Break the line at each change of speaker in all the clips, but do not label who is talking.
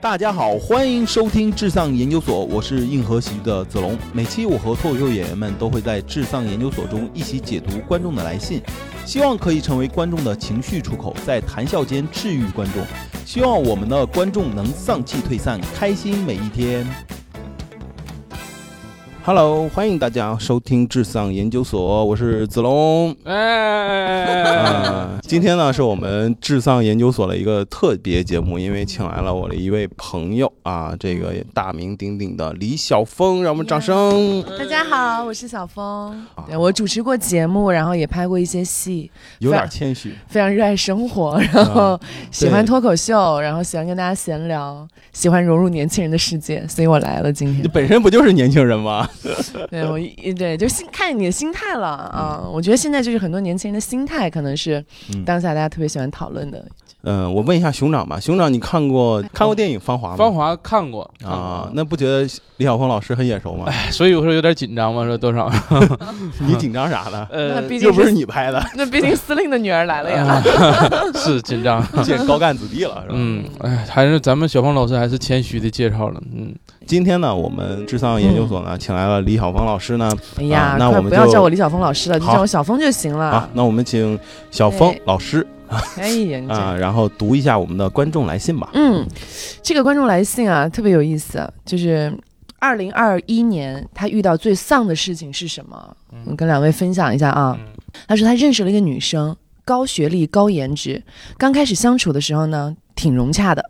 大家好，欢迎收听至丧研究所，我是硬核喜剧的子龙。每期我和脱口秀演员们都会在至丧研究所中一起解读观众的来信，希望可以成为观众的情绪出口，在谈笑间治愈观众。希望我们的观众能丧气退散，开心每一天。Hello，欢迎大家收听至丧研究所，我是子龙。
哎，
呃，今天呢是我们智丧研究所的一个特别节目，因为请来了我的一位朋友啊，这个大名鼎鼎的李晓峰，让我们掌声。
大家好，我是小峰
啊。
嗯对我主持过节目，然后也拍过一些戏，
有点谦虚，
非常热爱生
啊
活，然后喜欢脱口秀，然后喜欢跟大家闲聊，喜欢融入年轻人的世界，所以我来了今
你
天。
本身不就是年轻人吗？
对我一对就心看你的心态了啊，我觉得现在就是很多年轻人的心态，可能是
嗯
当下大家特别喜欢讨论的。
嗯、我问一下熊掌吧，熊掌你看过
哎
看过电影《芳华》吗？
《芳华》看过
啊，，那不觉得李晓峰老师很眼熟吗？
哎
看过所以我说有点紧张嘛，说多少？
你紧张啥呢？
呃
那，毕竟
又不是啊你拍的，
那毕 竟司令的女儿来了呀，
是紧张。
见高干子弟了，是吧？
嗯，哎，还是咱们小胖老师还是谦虚的介绍了，嗯，
今天呢，我们智丧研究所
嗯
呢，请来了李晓峰老师呢。
哎呀
啊，那
快
我们
不要
就
叫我李晓峰老师了，就
好
叫我小峰就行
啊
了。，
那我们请晓峰
对
老师
哎呀，你这
啊，然后读一下我们的观众来信吧。
嗯，这个观众来信啊，特别有意思，就是二零二一年他遇到最丧的事情是什么？我跟两位分享一下啊。他说他认识了一个女生，高学历、高颜值，刚开始相处的时候呢，挺融洽的。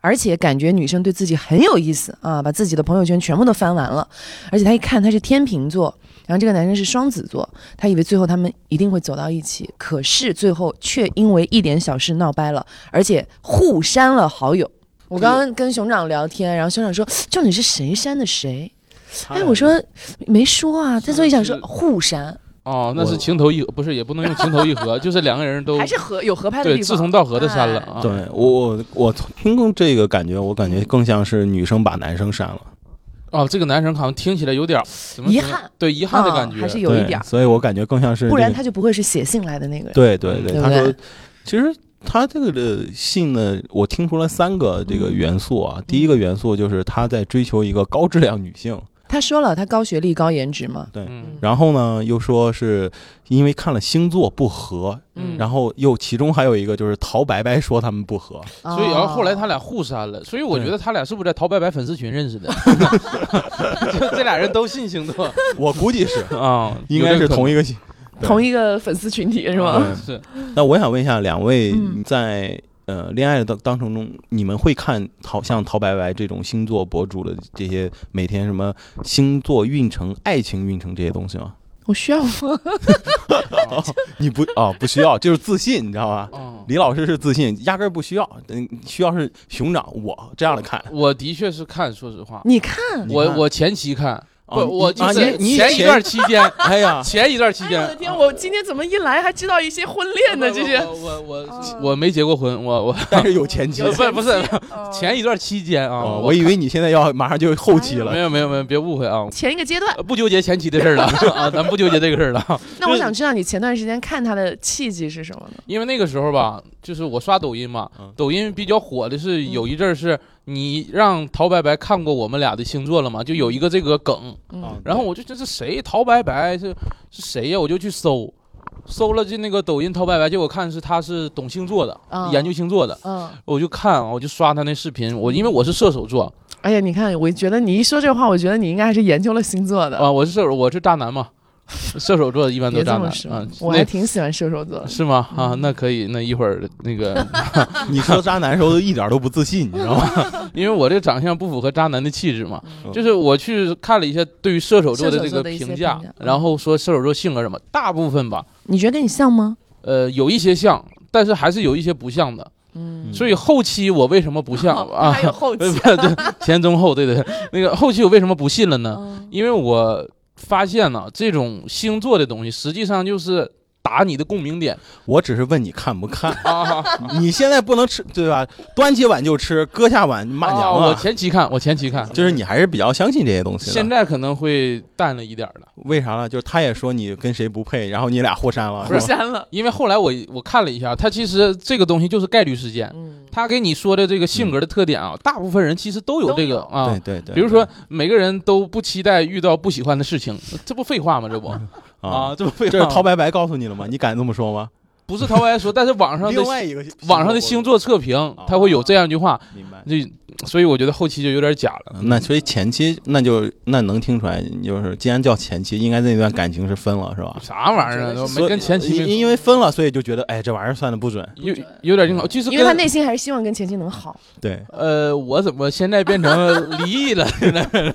而且感觉女生对自己很有意思啊，把自己的朋友圈全部都翻完了。而且他一看他是天秤座，然后这个男生是双子座，他以为最后他们一定会走到一起，可是最后却因为一点小事闹掰了。而且互删了好友。我刚刚跟熊掌聊天，然后熊掌说：“就你是谁删的谁？”哎，我说没说啊，他所以想说
是
互删，
哦，那
我
是情投意合，不是也不能用情投意 合，就是两个人都
还是合有合拍的
对
地
志
方。
同道合的删了
哎
啊。
对我我我听这个感觉，我感觉更像是女生把男生删了，
哦，这个男生好像听起来有点怎么
遗
怎么
憾
对遗憾的
啊
感觉，
还是有一
对
点儿，
所以我感觉更像是、那个
不然他就不会是写信来的那个人。
对对对，
对
他
不
说
对
其实他这个呃的信呢，我听出了三个这个元素啊，第一个元素就是他在追求一个高质量女性，
他说了，他高学历、高颜值嘛。
嗯，
然后呢又说是因为看了星座不合。
嗯
然后又其中还有一个就是陶白白说他们不合，
所以然后后来
哦
他俩互删了，所以我
对
觉得他俩是不是在陶白白粉丝群 认识的？ 就这俩人都信星座
我估计是
啊，
应该是同
一
一个星。对
同一个粉丝群体是吗？
对
嗯是
那我想问一下，两位
嗯
在、呃恋爱的当当程中，你们会看陶像陶白白这种星座博主的这些每天什么星座运程、爱情运程这些东西吗？
我需要吗？
你不啊、不需要，就是自信，你知道吧？
哦
李老师是自信，压根儿不需要，嗯，需要是熊掌我这样的看。
我的确是看，说实话，
你看，
你
嗯我
看
我前期看，不，
啊
我
啊
就
你
是
你
前一段期间，
哎呀，
前一段期
哎
间啊
呦我的，天，我今天怎么一来还知道一些婚恋的这些？
我我我
哦
我没结过婚，我我
但是有前期
不是不是
哦
前一段期间啊，
哦，我以为你现在要马上就后期
没
了。
有没有没有，别误会啊。
前一个阶段，
呃不纠结前期的事儿了 啊，咱不纠结这个事儿了。
那我想知道你前段时间看他的契机是什么呢？
因为那个时候吧，就是我刷抖音嘛
嗯，
抖音比较火的是有一阵儿是你让陶白白看过我们俩的星座了吗？就有一个这个梗，
啊
嗯，
然后我就这是谁陶白白是是谁呀？我就去搜，搜了就那个抖音陶白白，结果看是他是懂星座的，
啊
研究星座的，
嗯，
我就看啊，我就刷他那视频，我因为我是射手座
哎呀，你看，我觉得你一说这话，我觉得你应该还是研究了星座的。
啊，我是射手，我是大男嘛，射手座一般都
别
大
这
男
么说，
啊，
我还挺喜欢射手座
那
的。
是吗？啊，
嗯
那可以，那一会儿那个，
你说渣男时候一点都不自信，你知道吗？
因为我这长相不符合渣男的气质嘛，
嗯
就是我去看了一下对于射手座的
射
这
手座
个
的一些
评价
评价，嗯
然后说射手座性格什么，大部分吧，
你觉得跟你像吗？
呃，有一些像，但是还是有一些不像的，
嗯，
所以后期我为什么不像啊？
哦还有后期
呃。 不对，前中后，对对，那个后期我为什么不信了呢？
嗯
因为我发现呢、这种星座的东西实际上就是打你的共鸣点
我只是问你看不看，
啊。
你现在不能吃，对吧？端起碗就吃，搁下碗骂娘
啊我
啊！
前期看，我前期看，
就是你还是比较相信这些东西的。
现在可能会淡了一点儿了。
为啥呢？就是他也说你跟谁不配，然后你俩互删了，
不是
吧
删 了。
因为后来我我看了一下，他其实这个东西就是概率事件。
嗯，
他给你说的这个性格的特点啊，大部分人其实都有这
都
个
有
啊。
对对对，
比如说，每个人都不期待遇到不喜欢的事情，这不废话吗？ 这不
对
啊，，这不 废
这是
话。
陶白白告诉你了吗？你敢这么说吗？
不是陶白说，但是网上的
一个
网上的星，座测评，他会有这样一句话，
明白。
就所以我觉得后期就有点假了。
那所以前期那就那能听出来，就是既然叫前期，应该那段感情是分了，是吧？
啥玩意儿啊？
我觉得是
没跟前妻
因因为分了，所以就觉得哎，这玩意儿算的不准。
有有点那种，就是
因为他
跟
内心还是希望跟前妻能好。
对，
呃，我怎么现在变成离异了？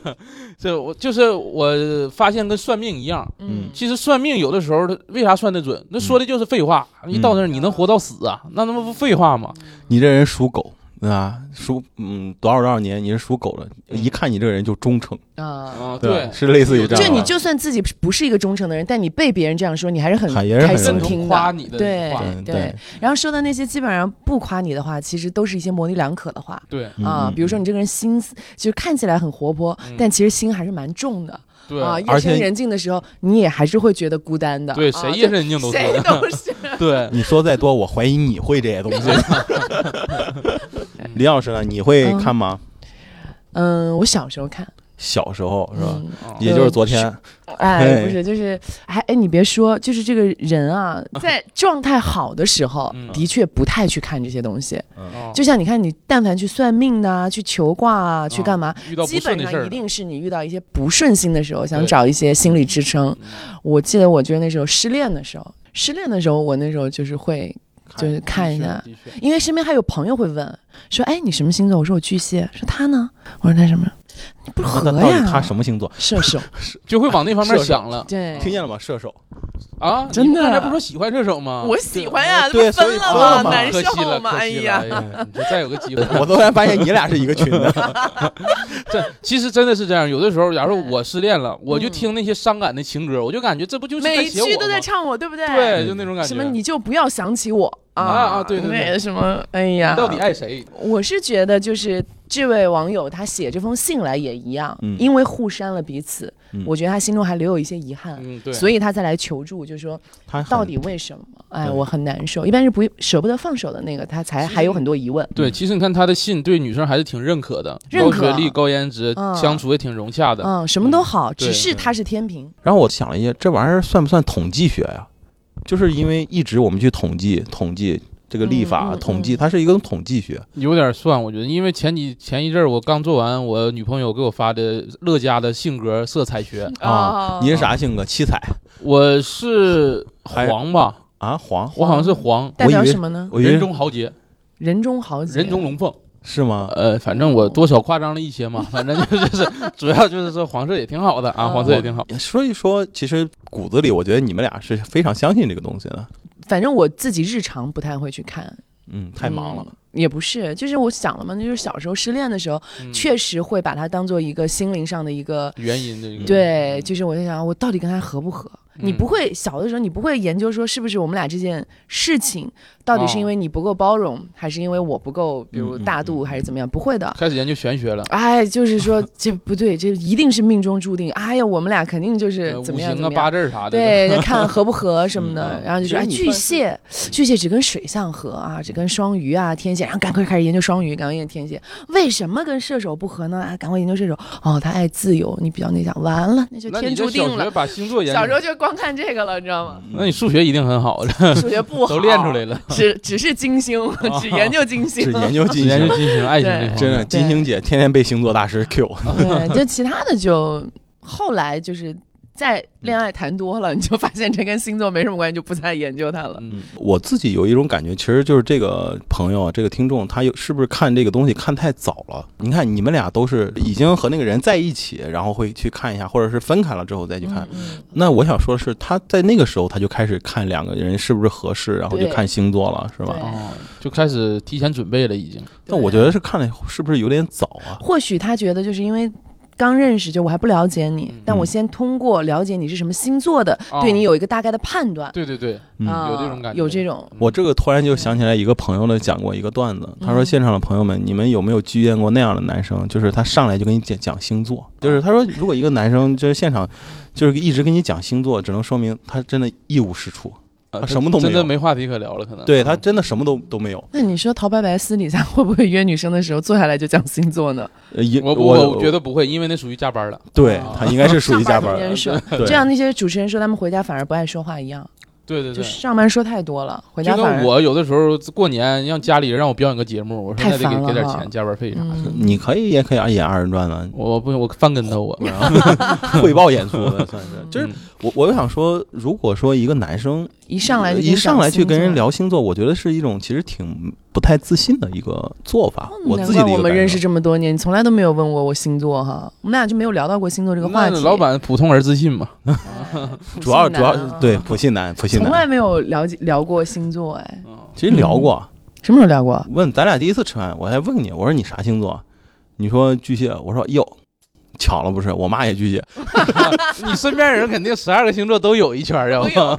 这我就是我发现跟算命一样，
嗯
其实算命有的时候它为啥算得准？那说的就是废话。一到那儿你能活到死啊？那他妈不废话吗？
你这人属狗啊，属嗯多少多少年，你是属狗的，一看你这个人就忠诚，
啊，
啊，
吧
嗯对，
是类似于这
知道
样啊的。
就
吧
你就算自己不是一个忠诚的人，但你被别人这样说，你还是很
还也是很
开
认
心
同
听
夸
的。
你的
对
话，
嗯对
对然后说的那些基本上不夸你的话，其实都是一些模棱两可的话。
对
啊，比如说
你。嗯
你这个人心思，就是看起来很活泼，
嗯
但其实心还是蛮重的
对
啊。
而
夜
且
深人静的时候，你也还是会觉得孤单的。
对，
啊
谁夜深人静都
谁
说的，
都是。
对。
你说再多，我怀疑你会这些东西。 李老师呢？你会看吗？
嗯，我小时候看
小时候是吧？
嗯
啊
也就是昨天，
哎，
嘿
不是，就是哎哎，你别说，就是这个人 啊，在状态好的时候
嗯，
的确不太去看这些东西。
啊
就像你看，你但凡去算命呐、去求卦啊，去干嘛，
遇到嗯不
基
顺
本
的事
上
儿
一定是你遇到一些不顺心的时候，想
对
找一些心理支撑。
了，
我记得，我就是那时候失恋的时候，失恋的时候，我那时候就是会，就是看一下
的确，的确
因为身边还有朋友会问说：“哎，你什么星座？”我说我巨蟹。说他呢？我说他什么？你不
那
合
他到底
呀？
他什么星座？
射手。
就会往那方面
射手
想了
对，
听见了吗？射手。
啊！
真的
你刚才不是说喜欢射手吗？
我喜欢呀，
对
这不分
所以分
了
了嘛
吗？难
可惜
受
了，
吗？
可
哎
惜了，
呀，
呀，你就再有个机会，
我突然发现你俩是一个群 的。
这其实真的是这样。有的时候，假如说我失恋了，我就听那些伤感的情歌，我就感觉这不就是
嗯每一
写我
句都在
吗
唱我，对不对？
对，就那种感觉。
什么你就不要想起我啊
啊啊对对对
那什么，哎呀，
到底爱谁？
我是觉得就是这位网友他写这封信来也一样，
嗯
因为互删了彼此，
嗯
我觉得他心中还留有一些遗憾。
嗯，对。
所以他才来求助，就说
他很
到底为什么？哎，
对
我很难受。一般是不舍不得放手的那个，他才
其实
还有很多疑问。
对，其实你看他的信对女生还是挺认可的，
认可
高学历、高颜值，
嗯
相处也挺融洽的。
嗯，什么都好，
对
只是他是天平。
然后我想了一下，这玩意儿算不算统计学呀、就是因为一直我们去统计统计这个历法、
嗯嗯嗯
统计，它是一个统计学。
有点算，我觉得，因为前几前一阵儿我刚做完我女朋友给我发的乐嘉的性格色彩学，
哦
啊你是啥性格？七彩
我是黄吧，
啊？黄？
我好像是黄，
代表
我以为
什么呢？
我以
嗯人
为
中豪杰，
人中豪杰，
人中龙凤。
是吗？
呃，反正我多少夸张了一些嘛，反正就是 主要就是说黄色也挺好的啊，黄色也挺好。
所以说，其实骨子里，我觉得你们俩是非常相信这个东西的。
反正我自己日常不太会去看，
嗯，太忙了。
嗯也不是，就是我想了嘛，那就是小时候失恋的时候，
嗯
确实会把它当做一个心灵上的一个。
原因这个
对，就是我在想，我到底跟他合不合？
嗯
你不会小的时候，你不会研究说是不是我们俩这件事情到底是
哦
因为你不够包容，还是因为我不够，比如
嗯嗯
大度，
嗯
还是怎么样？不会的。
开始研究玄学了，
哎，就是说 这不对，这一定是命中注定。哎呀，我们俩肯定就是
呃
怎
五
么样
行
怎
啊
么样
八。字儿啥的，
对， 就看合不合什么的，
嗯嗯
然后就说
其实
哎，
你
巨
算是
蟹，巨蟹只跟水象合啊，只跟双鱼啊、天蝎，然后赶快开始研究双鱼，赶快研究天蝎，为什么跟射手不合呢？啊，赶快研究射手，哦，他爱自由，你比较内向，完了，那就
那
天
你这
注定
小学
了。
把星座研
小时
究
候，嗯就光看这个了，你知道吗？
那你数学一定很好，
数学不好，
都练出来了。哦
只只是金星，只研究 金星
只。研
嗯
究金
研究
星，
进行爱情
对
这
真的，
的，
金星姐天天被星座大师 Q。
对，就其他的就后来就是在恋爱谈多了，你就发现这跟星座没什么关系，就不再研究它了。
嗯，
我自己有一种感觉，其实就是这个朋友啊，这个听众，他有是不是看这个东西看太早了？你看你们俩都是已经和那个人在一起，然后会去看一下，或者是分开了之后再去看。
嗯
那我想说的是，他在那个时候他就开始看两个人是不是合适，然后就
对
看星座了，是吧
对？
哦，就开始提前准备了，已经。
但我觉得是看的是不是有点早啊？
或许他觉得就是因为刚认识，就我还不了解你
嗯，
但我先通过了解你是什么星座的，
哦
对你有一个大概的判断。
对对对，
嗯
啊，
有这种感觉
有这种，
我这个突然就想起来一个朋友的讲过一个段子，他说
嗯
现场的朋友们，你们有没有遇见过那样的男生？就是他上来就跟你讲讲星座，就是他说如果一个男生就是现场就是一直跟你讲星座，只能说明他真的一无是处，
啊
他什么都没
真的
有
没话题可聊了，可能
对他真的什么都都没有。
那你说陶白白私底下会不会约女生的时候坐下来就讲星 座呢？
呃也
我不
我
我觉得不会，因为那属于加班了。
对
啊
他应该是属于加
上
班
班
儿，
人说，
对
就像那些主持人说他们回家反而不爱说话一样，
对对
就
对，
是上班说太多了，回
就
家啊反
跟
而
我有的时候过年让家里人让我表演个节目，我说
太
那得
烦
给
了
给点
哈
钱加班费啥。
嗯，
你可以也可以演二人转 了，
我不我翻跟头我，
然后汇报演出了算是。就是
嗯
我我就想说，如果说一个男生
一上来就
一上来去跟人
聊。
聊星座，我觉得是一种其实挺不太自信的一个做法。我
哦难
自己的
怪
一
我
个
们
感
认
受
识这么多年，你从来都没有问我我星座哈，我们俩就没有聊到过星座这个话
那
题。
老板普通而自信嘛，
主要主要
普信男啊
对普信男普信
从来
男，
没有了解聊过星座哎，
其实聊过，
什么时候聊过？
问咱俩第一次吃饭，我还问你，我说你啥星座？你说巨蟹，我说哟，巧了不是，我妈也巨蟹，
你身边人肯定十二个星座都有一圈儿，要不？啊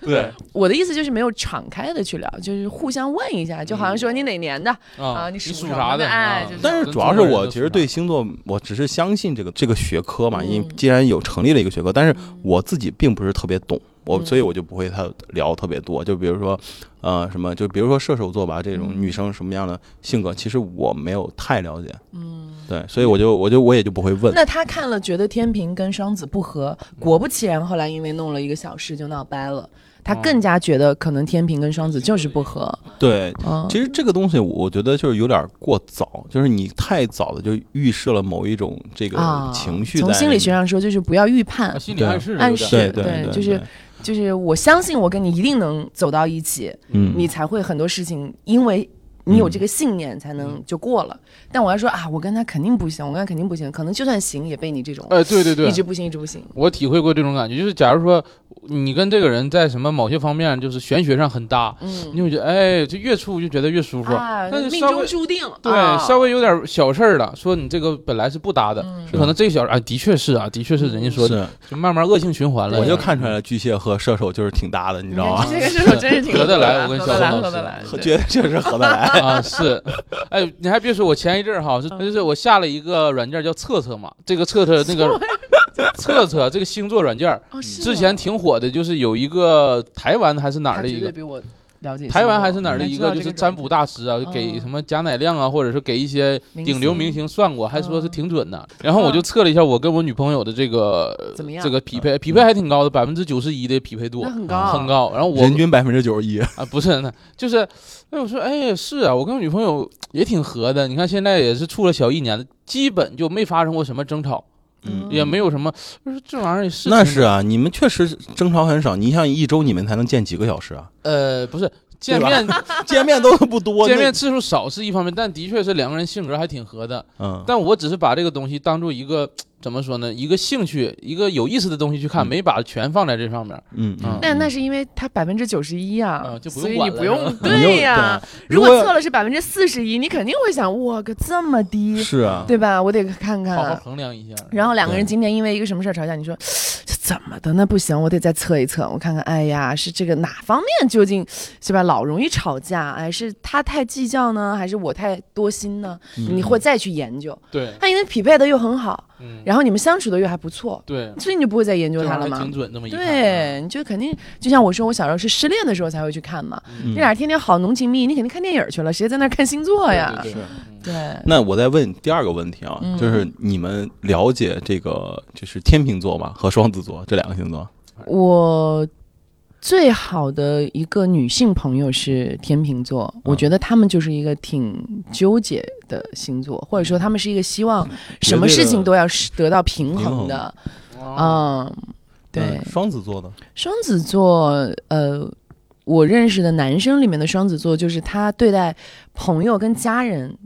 对
我的意思就是没有敞开的去聊，就是互相问一下，就好像说你哪年的，
嗯
啊
你
你属
啥
啥
的？
的哎
啊
就是
但是主要是我其实对星座，我只是相信这个这个学科嘛，因为
嗯
既然有成立了一个学科，但是我自己并不是特别懂，我
嗯
所以我就不会太聊特别多。就比如说，呃，什么，就比如说射手座吧，这种
嗯
女生什么样的性格，其实我没有太了解，
嗯，
对，所以我就我就我也就不会问。
那他看了觉得天平跟双子不合，果不其然，后来因为弄了一个小事就闹掰了。
嗯
他
哦
更加觉得可能天平跟双子就是不合，
对，
嗯，
其实这个东西，我我觉得就是有点过早，就是你太早的就预设了某一种这个
啊，
情绪。
从心理学，上说就是不要预判
啊，心理暗示有点
暗示
对
对
对，
就是就是我相信我跟你一定能走到一起，
嗯，
你才会很多事情，因为你
嗯
有这个信念才能就过了。但我要说啊，我跟他肯定不行，我跟他肯定不行，可能就算行也被你这种、
哎，对对对
一，直不行，一直不行。
我体会过这种感觉，就是假如说你跟这个人在什么某些方面就是玄学上很搭，
嗯
你会觉得哎，这越处就觉得越舒服，
啊
但，是
命
稍微
中注定。
对
啊、
稍微有点小事儿了，说你这个本来是不搭的，
嗯
可能这个小啊，的确是啊，的确是人家说的，
嗯是，
就慢慢恶性循环了。
我就看出来了，巨蟹和射手就是挺搭的，你知道 吧？
这个是我 真是挺
合得来我跟
合
小
得来，
宋
合
老
得
师
来。
和
对
觉得确实合得 来。
啊，是，哎，你还别说，我前一阵儿哈，是就是我下了一个软件叫测测嘛，这个测测那个测测这个星座软件儿，
哦是吗
之前挺火的，就是有一个台湾还是哪
他
儿的
绝
一
对
个。
比我了解
台湾还是哪儿的一
我知道
个，就
这
是
个
占卜大师啊，就给
嗯
什么贾乃亮啊，或者是给一些顶流明星算过，还说是
嗯
挺准的。然后我就测了一下我跟我女朋友的这个
怎么样嗯
这个匹配，匹配还挺高的，百分之九十一的匹配度
那，很高，啊
很。高。然后我
人均百分之九十一，
啊，不是，那就是，哎，我说，哎，是啊，我跟我女朋友也挺合的。你看现在也是处了小一年了，基本就没发生过什么争吵，
嗯
也没有什么，就是这玩意儿也是。
那是，啊，你们确实争吵很少。你像一周你们才能见几个小时啊？
呃，不是见
吧
面
见面都不多，
见面次数少是一方面，但的确是两个人性格还挺合的。
那嗯，
但我只是把这个东西当做一个怎么说呢，一个兴趣，一个有意思的东西去
嗯
看，没把全放在这上面。
嗯嗯，
但那是因为他百分之九十一啊
啊，就不
所以
用
你
管
不
了
用
是吧
你就
对呀、
啊
如
如
果
果测了是百分之四十一，你肯定会想，我个这么低，
是啊，
对吧？我得看看。
好好衡量一下。
嗯然后两个人
对
今天因为一个什么事儿吵架，你说这怎么的？那不行，我得再测一测，我看看，哎呀，是这个哪方面究竟是吧？老容易吵架，哎，是他太计较呢，还是我太多心呢？
嗯
你会再去研究。
对，
他因为匹配的又很好，
嗯，
然后你们相处的又还不错，
对，
所以你就不会再研究
这玩意
他
儿
了
还
嘛
挺。准，这么一看啊。
对，你就肯定就像我说，我小时候是失恋的时候才会去看嘛。
嗯
你俩天天好浓情蜜意，你肯定看电影去了，谁在那儿看星座呀？
对对
是
嗯
对
那我再问第二个问题啊，
嗯
就是你们了解这个就是天秤座吗？和双子座这两个星座？
我最好的一个女性朋友是天秤座，我觉得他们就是一个挺纠结的星座，或者说他们是一个希望什么事情都要是得到平衡的。
啊，
嗯，对
嗯，双子座的，
双子座，呃。我认识的男生里面的双子座，就是他对待朋友跟家人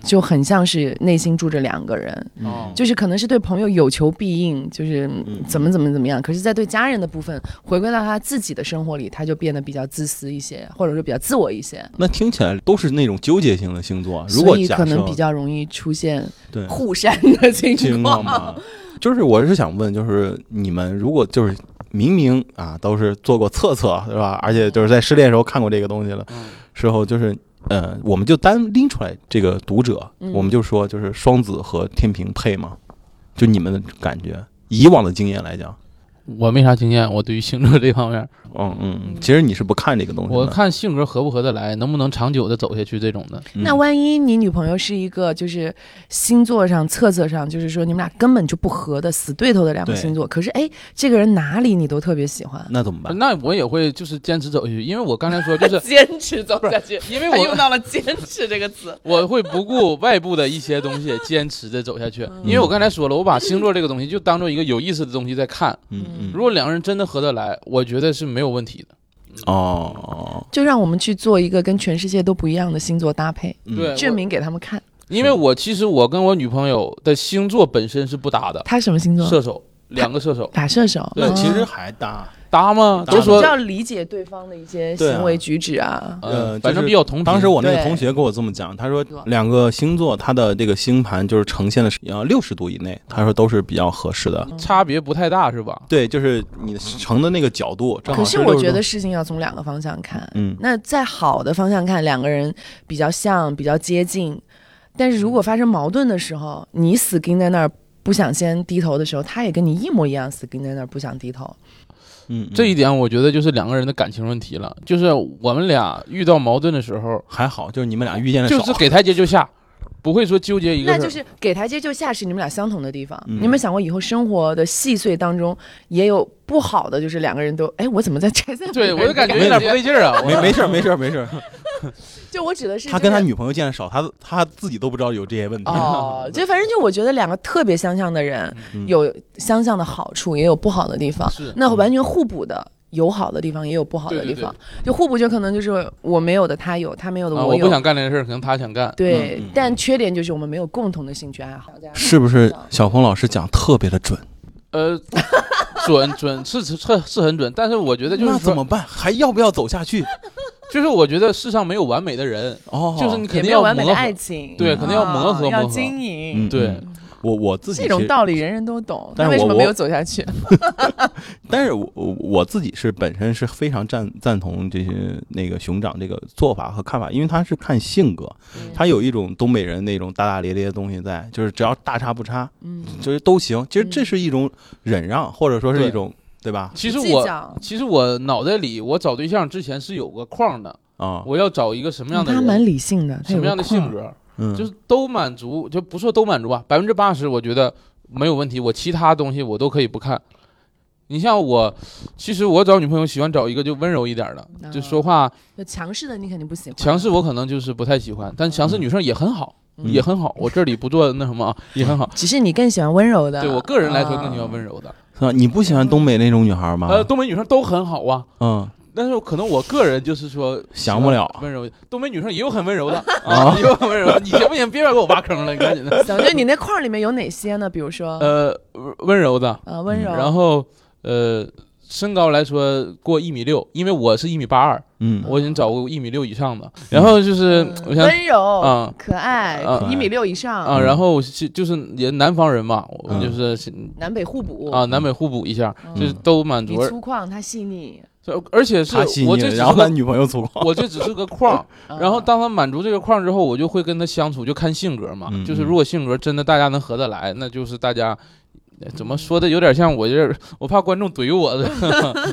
就很像是内心住着两个人，
哦
嗯就是可能是对朋友有求必应，就是
嗯
怎么怎么怎么样。可是，在对家人的部分，回归到他自己的生活里，他就变得比较自私一些，或者说比较自我一些，
那听起来都是那种纠结型的星座啊。如
所
果
以
假
可能
设
比较容易出现
对
互删的情
情况 吧， 就是我是想问，就是你们如果就是明明啊都是做过测测对吧？而且就是在失恋时候看过这个东西了，
嗯
之后就是呃，我们就单拎出来这个读者，
嗯
我们就说就是双子和天平配吗？就你们的感觉，以往的经验来讲，
我没啥经验，我对于星座这方面，
嗯嗯，其实你是不看这个东西的，
我看性格合不合得来，能不能长久的走下去这种的。
嗯
那万一你女朋友是一个就是星座上、测测上，就是说你们俩根本就不合的死对头的两个
对
星座，可是哎，这个人哪里你都特别喜欢，
那怎么办？
那我也会就是坚持走下去，因为我刚才说就
哎
是
坚持走下去，
因为
他用
我
到了“坚持”这个词。
我会不顾外部的一些东西，坚持的走下去。因为我刚才说了，我把星座这个东西就当做一个有意思的东西在看。
嗯嗯，
如果两个人真的合得来，我觉得是没有问题的。
哦，
就让我们去做一个跟全世界都不一样的星座搭配，
嗯
对，
证明给他们看。
我因为我其实我跟我女朋友的星座本身是不搭的，
他什么星座？
射手，两个射手
打射手。
对
那
哦
其实还搭，
搭吗？
搭
就
就
说
比较理解对方的一些
对啊
行为举止啊。
呃
呃，
就
反正
是
比较同频。
当时我那个
对
同学跟我这么讲，他说两个星座它的这个星盘就是呈现的是呃六十度以内，他说都是比较合适
嗯
的。
差别不太大是吧？
对，就是你呈的那个角度正好
可是
60
我
度
觉得，事情要从两个方向看。
嗯
那在好的方向看，两个人比较像，比较接近。但是如果发生矛盾的时候，你死盯在那儿不想先低头的时候，他也跟你一模一样死盯在那儿不想低头。
嗯，嗯
这一点我觉得就是两个人的感情问题了，就是我们俩遇到矛盾的时候，
还好，就是你们俩遇见的少，
就是给台阶就下，不会说纠结一个
那
事儿。
就是给台阶就下是你们俩相同的地方。
嗯
你有没有想过以后生活的细碎当中也有不好的，就是两个人都哎，我怎么在 拆散？
对我就感觉
没
有点
没
不对劲儿啊。
没没事儿没事儿没事儿，
就我指的是
他跟
就
他
是
女朋友见的少，他他自己都不知道有这些问题。
哦，就反正就我觉得两个特别相像的人，
嗯
有相像的好处，也有不好的地方。
是
那完全互补的，有好的地方，也有不好的
对
地
对
方。就互补就可能就是我没有的他有，他没有的
啊，
我
我
有。
不想干这事儿，可能他想干。
对、
嗯嗯
但缺点就是我们没有共同的兴趣爱好。
是不是小峰老师讲特别的准？
呃，准准是是是很准，但是我觉得就是
那怎
说，
么办？还要不要走下去？
就是我觉得世上没有完美的人，
哦，
就是你
也
肯
没
定
有
要
完美的
磨
爱
合。
情，
对肯定要磨合
啊
磨
要
合
经
嗯
营。
对，
我我自己
这种
其实
道理人人都懂，
但
那
是
为什
我
么没
我嗯
有走下去？
但是我我我自己是本身是非常赞赞同这些那个熊掌这个做法和看法，因为他是看性格，
嗯
他有一种东北人那种大大咧咧的东西在，就是只要大差不差，
嗯，
就是都行。其实这是一种忍让，或者说是一种对吧？
其实
计
我
较
其实我脑袋里我找对象之前是有个框的，
啊，
我要找一个什么样的
哦他
人，
蛮理性的，他
什
有
么
个
样的
框
性？格，
嗯，
就是都满足，就不说都满足吧，百分之八十我觉得没有问题，我其他东西我都可以不看。你像我，其实我找女朋友喜欢找一个就温柔一点的，就说话
嗯就强势的你肯定不喜欢。
强势我可能就是不太喜欢，但强势女生也很好，
嗯
也很好。我这里不做那什么啊，也很好。
只是你更喜欢温柔的。
对我个人来说更喜
喜
欢温
柔。
柔的，
啊，你不喜欢东北那种女孩吗？
呃，东北女生都很好啊，
嗯，
但是可能我个人就是说
想不了
温柔，东北女生也有很温柔的啊，也有很温柔的。你行不行？别给我挖坑了，你赶 紧的。
小队，你那块儿里面有哪些呢？比如说，
呃，温柔的，
呃，温柔，
然后呃，身高来说过一米六，因为我是一米八二，
嗯，
我已经找过一米六以上的。然后就是
嗯
我想
温柔，
啊
可爱
啊，
一米六以上，
啊，然后是就是也南方人嘛，我
嗯
就是是
南北互补
啊，南北互补一下，就是
嗯
都满
你
足，而
粗犷，他细腻，
而且是
他吸
我
引
这
你，
只是
然后他
个
女朋友粗犷，
我这只是个 框儿，
嗯啊
然后当他满足这个框儿之后，我就会跟他相处，就看性格嘛
嗯。
就是
嗯
如果性格真的大家能合得来，那就是大家。呃怎么说的有点像我这儿，我怕观众怼我的，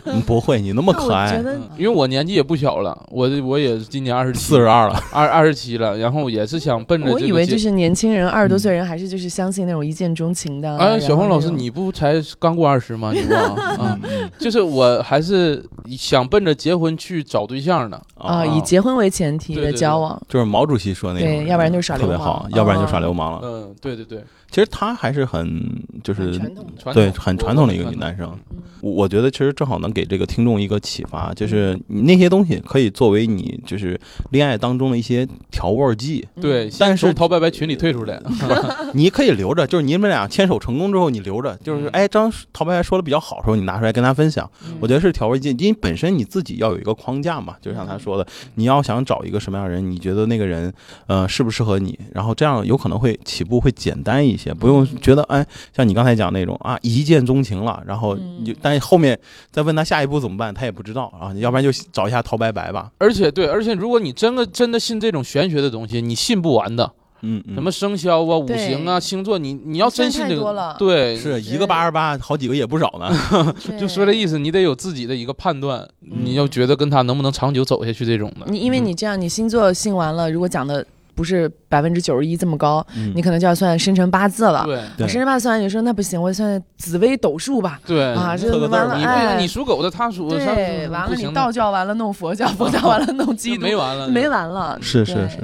嗯不会，你那么
那
可
我觉
爱，
得
因为我年纪也不小了，我我也今年二十
四十二了，
二二十七了，然后也是想奔着
我
这
以
个
为
阶
就是年轻人，二十多岁人还是就是相信那种一见钟情的。
哎，
然
小
后
红老
那
师，
种
你不才刚过二十吗？你忘了 啊？
嗯
就是我还是想奔着结婚去找对象的，
啊，以结婚为前提
对对
的
对
交往，
就是毛主席说那种
对
人，
要不然就是耍
特
流
别
氓
好，要不然就耍
啊
流氓了。
嗯，对对对，
其实他还是很就是
嗯传统的
传
对
统
很
我
传
我
统的
是
一个
传统
男生。
嗯
我我觉得其实正好能给这个听众一个启发，就是你那些东西可以作为你就是恋爱当中的一些调味儿剂，
对，
但
先从
是
陶白白群里退出 来，
你可以留着，就是你们俩牵手成功之后你留着，就是
嗯
哎张陶白白说的比较好的时候，你拿出来跟他分享，
嗯
我觉得是调味剂，因为本身你自己要有一个框架嘛，就像
嗯
他说的，你要想找一个什么样的人，你觉得那个人呃适不适合你，然后这样有可能会起步会简单一些，不用觉得哎，像你刚才讲那种啊一见钟情了，然后
嗯
你就但是后面再问他下一步怎么办，他也不知道啊，要不然就找一下陶白白吧，
而且对，而且如果你真的真的信这种玄学的东西，你信不完的，
嗯，嗯
什么生肖啊、五
对
行啊、星座，你你要真信这
太多
个
了，
对，
是一个八十八，好几个也不少呢，
对嗯
就说这意思，你得有自己的一个判断，你要觉得跟他能不能长久走下去这种的。
你因为你这样，你星座信完了，如果讲的不是百分之九十一这么高，
嗯
你可能就要算生辰八字了。
嗯对
对
我生辰八字算完，你说那不行，我算紫微斗数吧。
对
啊，
嗯
这
测个字儿
完了，
吧
你
哎，
不你属狗的，他属他
对，
属
完
不
了
行
你
的
道教完了弄佛教，佛 教完了弄
就
基督，
没嗯完了，
没完了。
是是
对
是，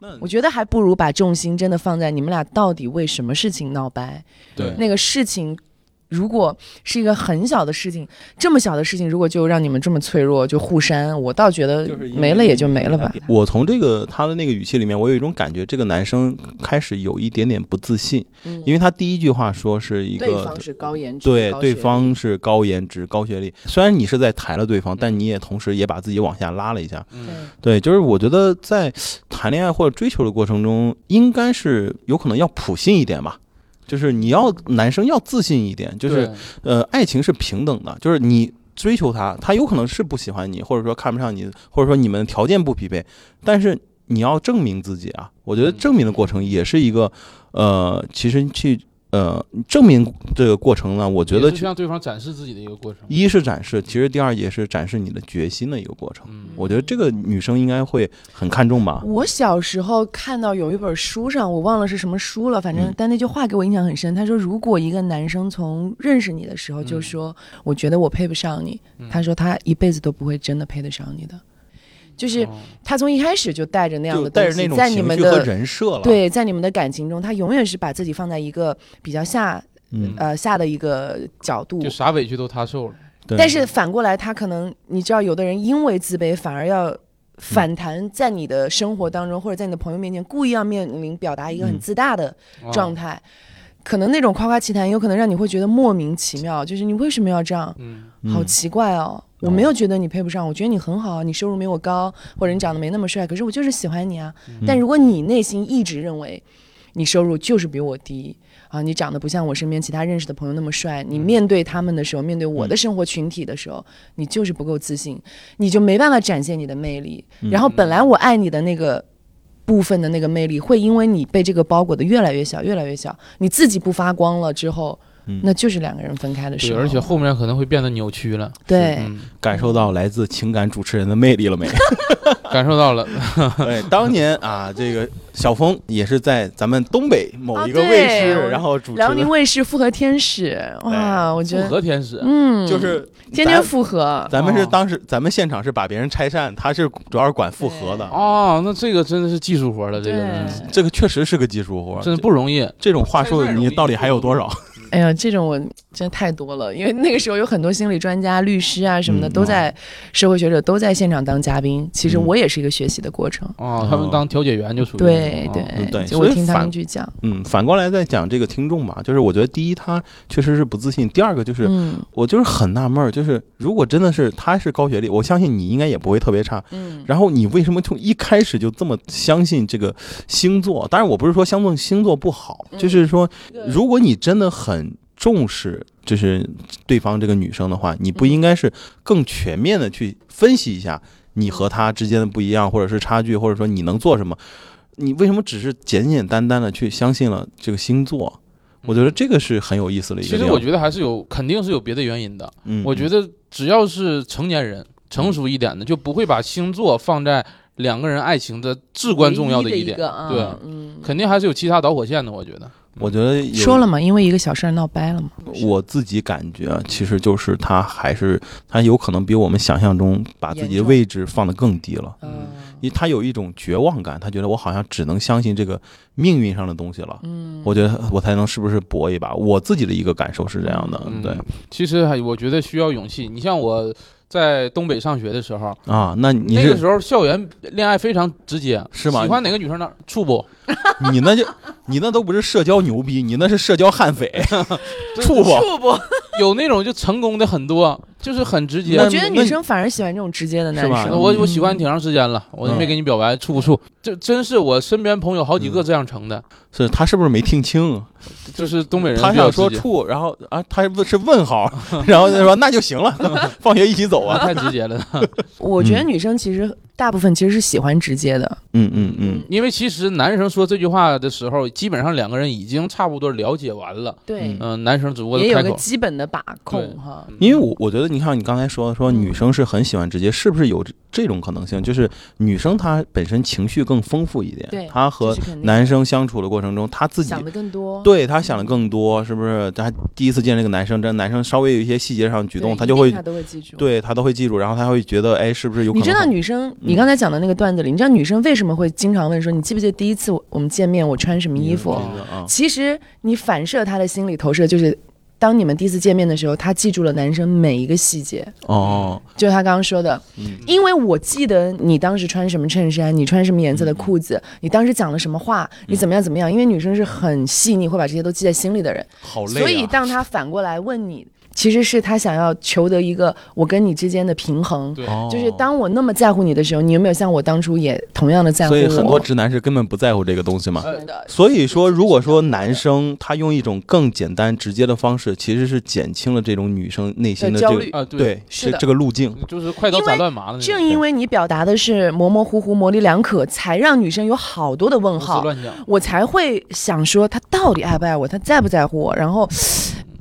那
我觉得还不如把重心真的放在你们俩到底为什么事情闹掰。
对
那个事情，如果是一个很小的事情，这么小的事情，如果就让你们这么脆弱，就互删，我倒觉得
就是因为
没了也就没了吧。
我从这个他的那个语气里面，我有一种感觉，这个男生开始有一点点不自信，
嗯
因为他第一句话说是一
对
个
方是高颜值，
对
高
对
学历
方是高颜值、高学历，虽然你是在抬了对方，但你也同时也把自己往下拉了一下。
对
嗯，
对，就是我觉得在谈恋爱或者追求的过程中，应该是有可能要普信一点吧。就是你要男生要自信一点，就是
对
呃，爱情是平等的，就是你追求他，他有可能是不喜欢你，或者说看不上你，或者说你们条件不匹配，但是你要证明自己啊。我觉得
嗯
证明的过程也是一个，呃，其实去呃证明这个过程呢，我觉
也
得
是向对方展示自己的一个过程。
一是展示，其实第二也是展示你的决心的一个过程。
嗯，
我觉得这个女生应该会很看重吧。
我小时候看到有一本书上，我忘了是什么书了，反
嗯
正但那句话给我印象很深。他说，如果一个男生从认识你的时候就
嗯
说“我觉得我配不上你”，
嗯
他说他一辈子都不会真的配得上你的，就是
哦
他从一开始就带着那样
就
的
带
东
着那
西，
种
在你
情
们
绪和
的
人设了，，
对，在你们的感情中，他永远是把自己放在一个比较下
嗯，
呃下的一个角度
就，啥委屈都他受了，
对
但是反过来，他可能你知道，有的人因为自卑反而
嗯
要反弹，在你的生活当中、或者在你的朋友面前，故意要面临表达一个
嗯
很自大的状
态。
态，可能那种夸夸其谈，有可能让你会觉得莫名其妙，就是你为什么要这样？
嗯，
好
嗯
奇怪哦！我没有觉得你配不上，我觉得你很好，啊你收入没我高，或者你长得没那么帅，可是我就是喜欢你啊。
嗯
但如果你内心一直认为你收入就是比我低啊，你长得不像我身边其他认识的朋友那么帅，
嗯
你面对他们的时候，面对我的生活群体的时候，你就是不够自信，你就没办法展现你的魅力。
嗯
然后本来我爱你的那个。部分的那个魅力会因为你被这个包裹的越来越小，越来越小，你自己不发光了之后，
嗯
那就是两个人分开的时
对，
候。
而且后面可能会变得扭曲了。
对，
嗯，
感受到来自情感主持人的魅力了没？
感受到了，
对，当年啊，这个小峰也是在咱们东北某
啊
一个卫
对
视，
我
然后主持
辽宁
的，
卫视《复合天使》哇，我觉
复
得
合天使，
嗯，
就是
天天复合，
咱们是
哦
当时咱们现场是把别人拆散，他是主要是管复合的，
哦，那这个真的是技术活了，这
对
个，嗯真
这个确实是个技术活，
的不容易。
这种话术你到底还有多少？
哎呀，这种我真的太多了，因为那个时候有很多心理专家、律师啊什么的
嗯
都在，社会学者都在现场当嘉宾。其实
嗯
我也是一个学习的过程，
哦，他们当调解员就属于
对
那种哦
嗯对
对，
所
就我
以
听他
反
们去讲，
嗯，反过来再讲这个听众吧，就是我觉得第一他确实是不自信，第二个就是、
嗯
我就是很纳闷儿，就是如果真的是他是高学历，我相信你应该也不会特别差，
嗯，
然后你为什么从一开始就这么相信这个星座？当然，我不是说相信星座不好，
嗯
就是说，如果你真的很重视，就是对方这个女生的话，你不应该是更全面的去分析一下你和她之间的不一样，或者是差距，或者说你能做什么？你为什么只是简简单单的去相信了这个星座？我觉得这个是很有意思的一个
其
点。
实我觉得还是有，肯定是有别的原因的。
嗯，
我觉得只要是成年人，成熟一点的，就不会把星座放在两个人爱情的至关重要
唯
一
一的
点
一，个啊，
对
嗯，
肯定还是有其他导火线的。我觉得，
我觉得有
说了嘛，因为一个小事儿闹掰了嘛，
我自己感觉，啊其实就是他还是他有可能比我们想象中把自己的位置放得更低了。
嗯，
因为他有一种绝望感，他觉得我好像只能相信这个命运上的东西了。
嗯，
我觉得我才能是不是搏一把？我自己的一个感受是这样的，
嗯
对
其实还我觉得需要勇气。你像我在东北上学的时候，
啊。那你
那个
是
时候校园恋爱非常直接，
是吗
喜欢哪个女生呢？处不？
你那就 你那都不是社交牛逼，你那是社交悍 匪， 处不？
处不？
有那种就成功的很多，就是很直接
那。
我觉得
那
女生反而喜欢这种直接的男
是吧
生。嗯
我我喜欢挺长时间了，我就没
嗯
跟你表白，处不处？这真是我身边朋友好几个这样成的，
是他是不是没听清？啊
就是东北人
他
比
想
较直
说
接，
处，然后啊，他问是问号， 然后他说那就行了，放学一起走
我
啊。
太直接了。
我觉得女生其实大部分其实是喜欢直接的，
嗯嗯嗯，
因为其实男生说这句话的时候，基本上两个人已经差不多了解完了，
对
嗯、男生只不过
也
是
有
开
个
口。嗯
基本的把控
对
哈。
因为我我觉得你看你刚才说说女生是很喜欢直接，是不是有这这种可能性？就是女生她本身情绪更丰富一
对
点，她和
这是肯定
男生相处的过程中，她自己
想的更多，
对她想的更多，是不是？她第一次见这个男生，这男生稍微有一些细节上举
对
动，
一
她就
定
会
她都会记住。
对她都会记住，然后她会觉得，哎，是不是有可
你
能？嗯
知道女生，你刚才讲的那个段子里，你知道女生为什么会经常问说，你记不记得第一次我我们见面我穿什么衣服？
嗯
啊，
其实你反射她的心理投射就是，当你们第一次见面的时候，她记住了男生每一个细节，
哦，
就她刚刚说的，
嗯
因为我记得你当时穿什么衬衫，你穿什么颜色的裤子，
嗯
你当时讲了什么话，你怎么样怎么样，因为女生是很细腻，会把这些都记在心里的人，
好累、啊，
所以当她反过来问你，其实是她想要求得一个我跟你之间的平衡。
对
哦
就是当我那么在乎你的时候，你有没有像我当初也同样的在乎
所
我？
以很多直男是根本不在乎这个东西嘛。
呃
是的
所以说，如果说男生他用一种更简单直接的方式，其实是减轻了这种女生内心的
的
这
焦
个
虑。
啊，对，嗯
对
是
这
的
这个路径。
就是快刀斩乱麻的那种
正因为你表达的是模模糊糊、模棱两可，才让女生有好多的问
胡思
号，
乱想。
我才会想说他到底爱不爱我，他在不在乎我，然后。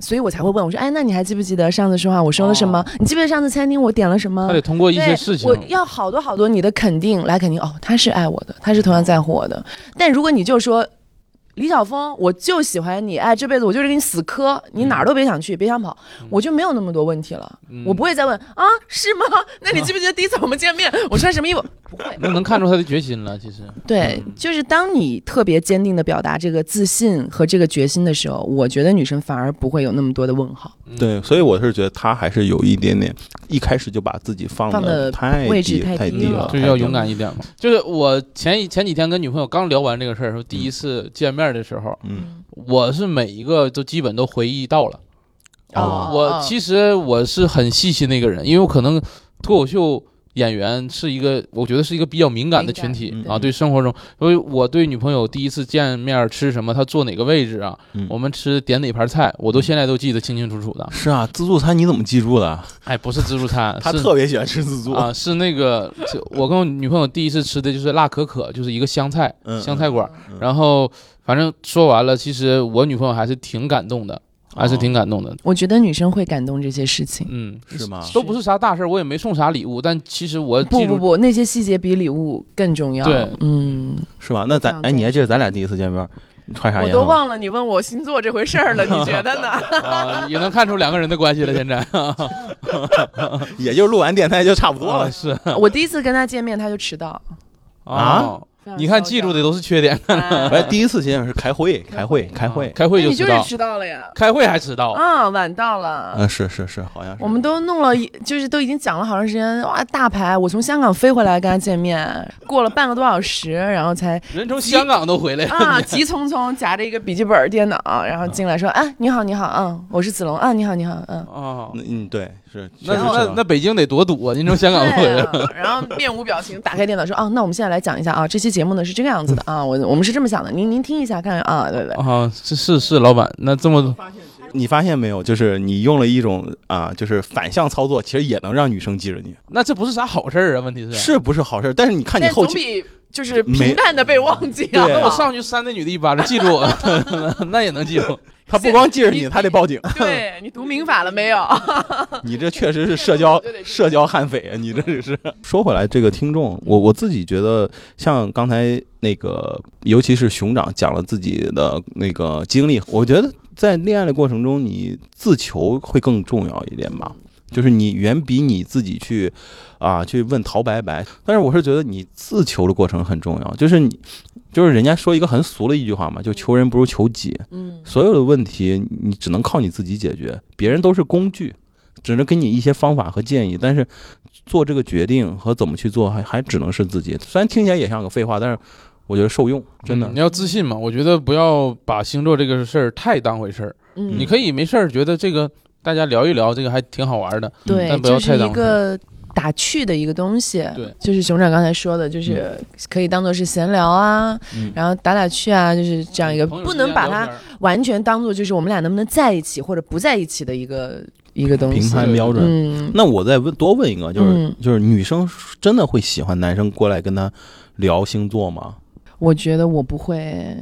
所以我才会问我说，哎，那你还记不记得上次说话我说了什么？
哦
你记不记得上次餐厅我点了什么
他？得通过一
对
些事情
我，要好多好多你的肯定来肯定哦，他是爱我的，他是同样在乎我的。但如果你就说李晓峰，我就喜欢你，哎，这辈子我就是跟你死磕，你哪儿都别想去，别想跑，我就没有那么多问题了，
嗯
我不会再问啊，是吗？ 那你记不记得第一次我们见面，我穿什么衣服？不会，
那能看出他的决心了。其实，
对，就是当你特别坚定的表达这个自信和这个决心的时候，我觉得女生反而不会有那么多的问号，
嗯
对，所以我是觉得他还是有一点点，一开始就把自己放
放
的
得
太
位
低
置太低
低
了
嗯就是要勇。敢一点嘛。就是我前一前几天跟女朋友刚聊完这个事儿的时候，第一次见面的时候，
嗯，
我是每一个都基本都回忆到了。
哦
哦
嗯我其实我是很细心的一个人，因为我可能脱口秀演员是一个，我觉得是一个比较敏感的群体
敏感嗯
啊，
对
对生活中，所以我对女朋友第一次见面吃什么，她坐哪个位置啊，
嗯
我们吃点哪盘菜，我都现在都记得清清楚楚的。
是啊，自助餐你怎么记住的？
哎，不是自助餐，
他
是
特别喜欢吃自助，
啊，是那个，就我跟我女朋友第一次吃的就是辣可可，就是一个湘菜
嗯
湘菜馆儿。
嗯
然后反正说完了，其实我女朋友还是挺感动的，还是
哦
挺感动的。
我觉得女生会感动这些事情。
嗯，
啊是吗？
都不是啥大事儿，我也没送啥礼物，但其实我
不
记
不
住，
不，那些细节比礼物更重要。
对
嗯，
是吧？那咱
这样
哎，你还记得咱俩第一次见面你
哎
穿啥啊
我
颜
都
色吗？
忘了你问我星座这回事儿了， 你觉得呢？
啊，也能看出两个人的关系了。现在
也就录完电台就差不多
啊
了。
是
我第一次跟他见面，他就迟到。
啊，你看记住的都是缺点，啊
哎，第一次见面是开会，开会，开会。
开会
那
就哦
你
迟
就
到
是，迟到了呀。
开会还迟到，
啊，晚到了。
嗯，是是是，好像是。
我们都弄了一，就是都已经讲了好长时间哇！大牌，我从香港飞回来跟他见面，过了半个多小时，然后才
人从香港都
哎
回来了。
啊急匆匆夹着一个笔记本电脑，然后进来说啊你好你好嗯我是子龙啊你好你好嗯，
啊，
嗯，对，是。
那
确实
那
是
那北京得多堵啊！您从香港回
对
来，
啊，然后面无表情打开电脑说啊那我们现在来讲一下啊这期节目呢是这个样子的啊我我们是这么想的您您听一下看看啊对对
啊，是是是，老板，那这么
你发现没有，就是你用了一种啊，就是反向操作，其实也能让女生记着你，
那这不是啥好事儿啊？问题是，
是不是好事儿？但是你看你
但
后
总
期，
比就是
没
平淡的被忘记啊。
对
那我上去扇那女的一巴掌，记住我， 那也能记住。
他不光记着你，
你
他得报警。
对你读民法了没有？
你这确实是社 交
对对对
社交悍匪 啊！你这是。说回来，这个听众，我我自己觉得，像刚才那个，尤其是熊掌讲了自己的那个经历，我觉得在恋爱的过程中，你自求会更重要一点吧。就是你远比你自己去啊去问陶白白。但是我是觉得你自求的过程很重要，就是你就是人家说一个很俗的一句话嘛，就求人不如求己。
嗯，
所有的问题你只能靠你自己解决，别人都是工具，只能给你一些方法和建议，但是做这个决定和怎么去做还还只能是自己。虽然听起来也像个废话，但是我觉得受用，真的。
嗯你要自信嘛。我觉得不要把星座这个事儿太当回事儿，
嗯
你可以没事儿觉得这个大家聊一聊，这个还挺好玩的。
对，
嗯但不要
就
太
是
当
一
回事
个打趣的一个东西。
对，嗯
就是熊掌刚才说的，就是可以当做是闲聊啊，
嗯
然后打打趣啊，就是这样一个，
朋友
不
之
能
间
把
聊
它
天儿
完全当做就是我们俩能不能在一起或者不在一起的一个一个东
评
西。
判标准，
嗯，
那我再问多问一个，就是、
嗯
就是女生真的会喜欢男生过来跟她聊星座吗？
我觉得我不会。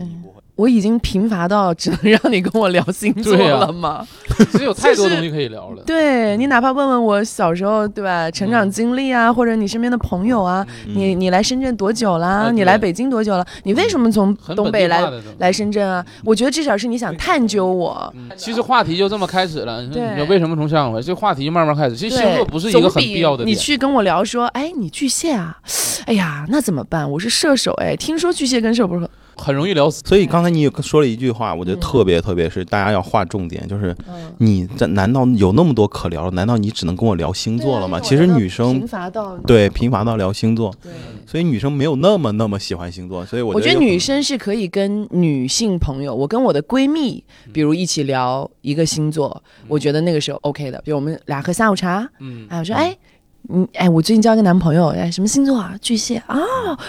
我已经贫乏到只能让你跟我聊星座
对啊
了吗？
其实有太多
就是
东西可以聊了。
对你哪怕问问我小时候对吧，成长
嗯
经历啊，或者你身边的朋友啊，
嗯
你你来深圳多久啦？
哎
你
对嗯
来北京多久了？你为什么从
很
东
本
北
地化
来
的东西
来深圳啊？我觉得至少是你想探究我。
嗯其实话题就这么开始了。你说
对
你说为什么从上回这话题慢慢开始？其实星
对，
座不是一个很必要的
总比你
点。
去跟我聊说，哎，你巨蟹啊，哎呀，那怎么办？我是射手，哎，听说巨蟹跟射手不是很，
很容易聊死。
所以刚才你有说了一句话，我觉得
嗯
特别特别是大家要划重点，就是
嗯，
你这难道有那么多可聊的？难道你只能跟我聊星座了吗？
啊
其实女生
贫乏到
对贫乏到聊星座，
对。
所以女生没有那么那么喜欢星座，所以我
我觉
有
得
可能
女生是可以跟女性朋友，我跟我的闺蜜，
嗯
比如一起聊一个星座，我觉得那个是 OK 的。比如我们俩喝下午茶，
嗯，
哎，我说，哎，你哎，我最近交一个男朋友，哎，什么星座啊？巨蟹啊、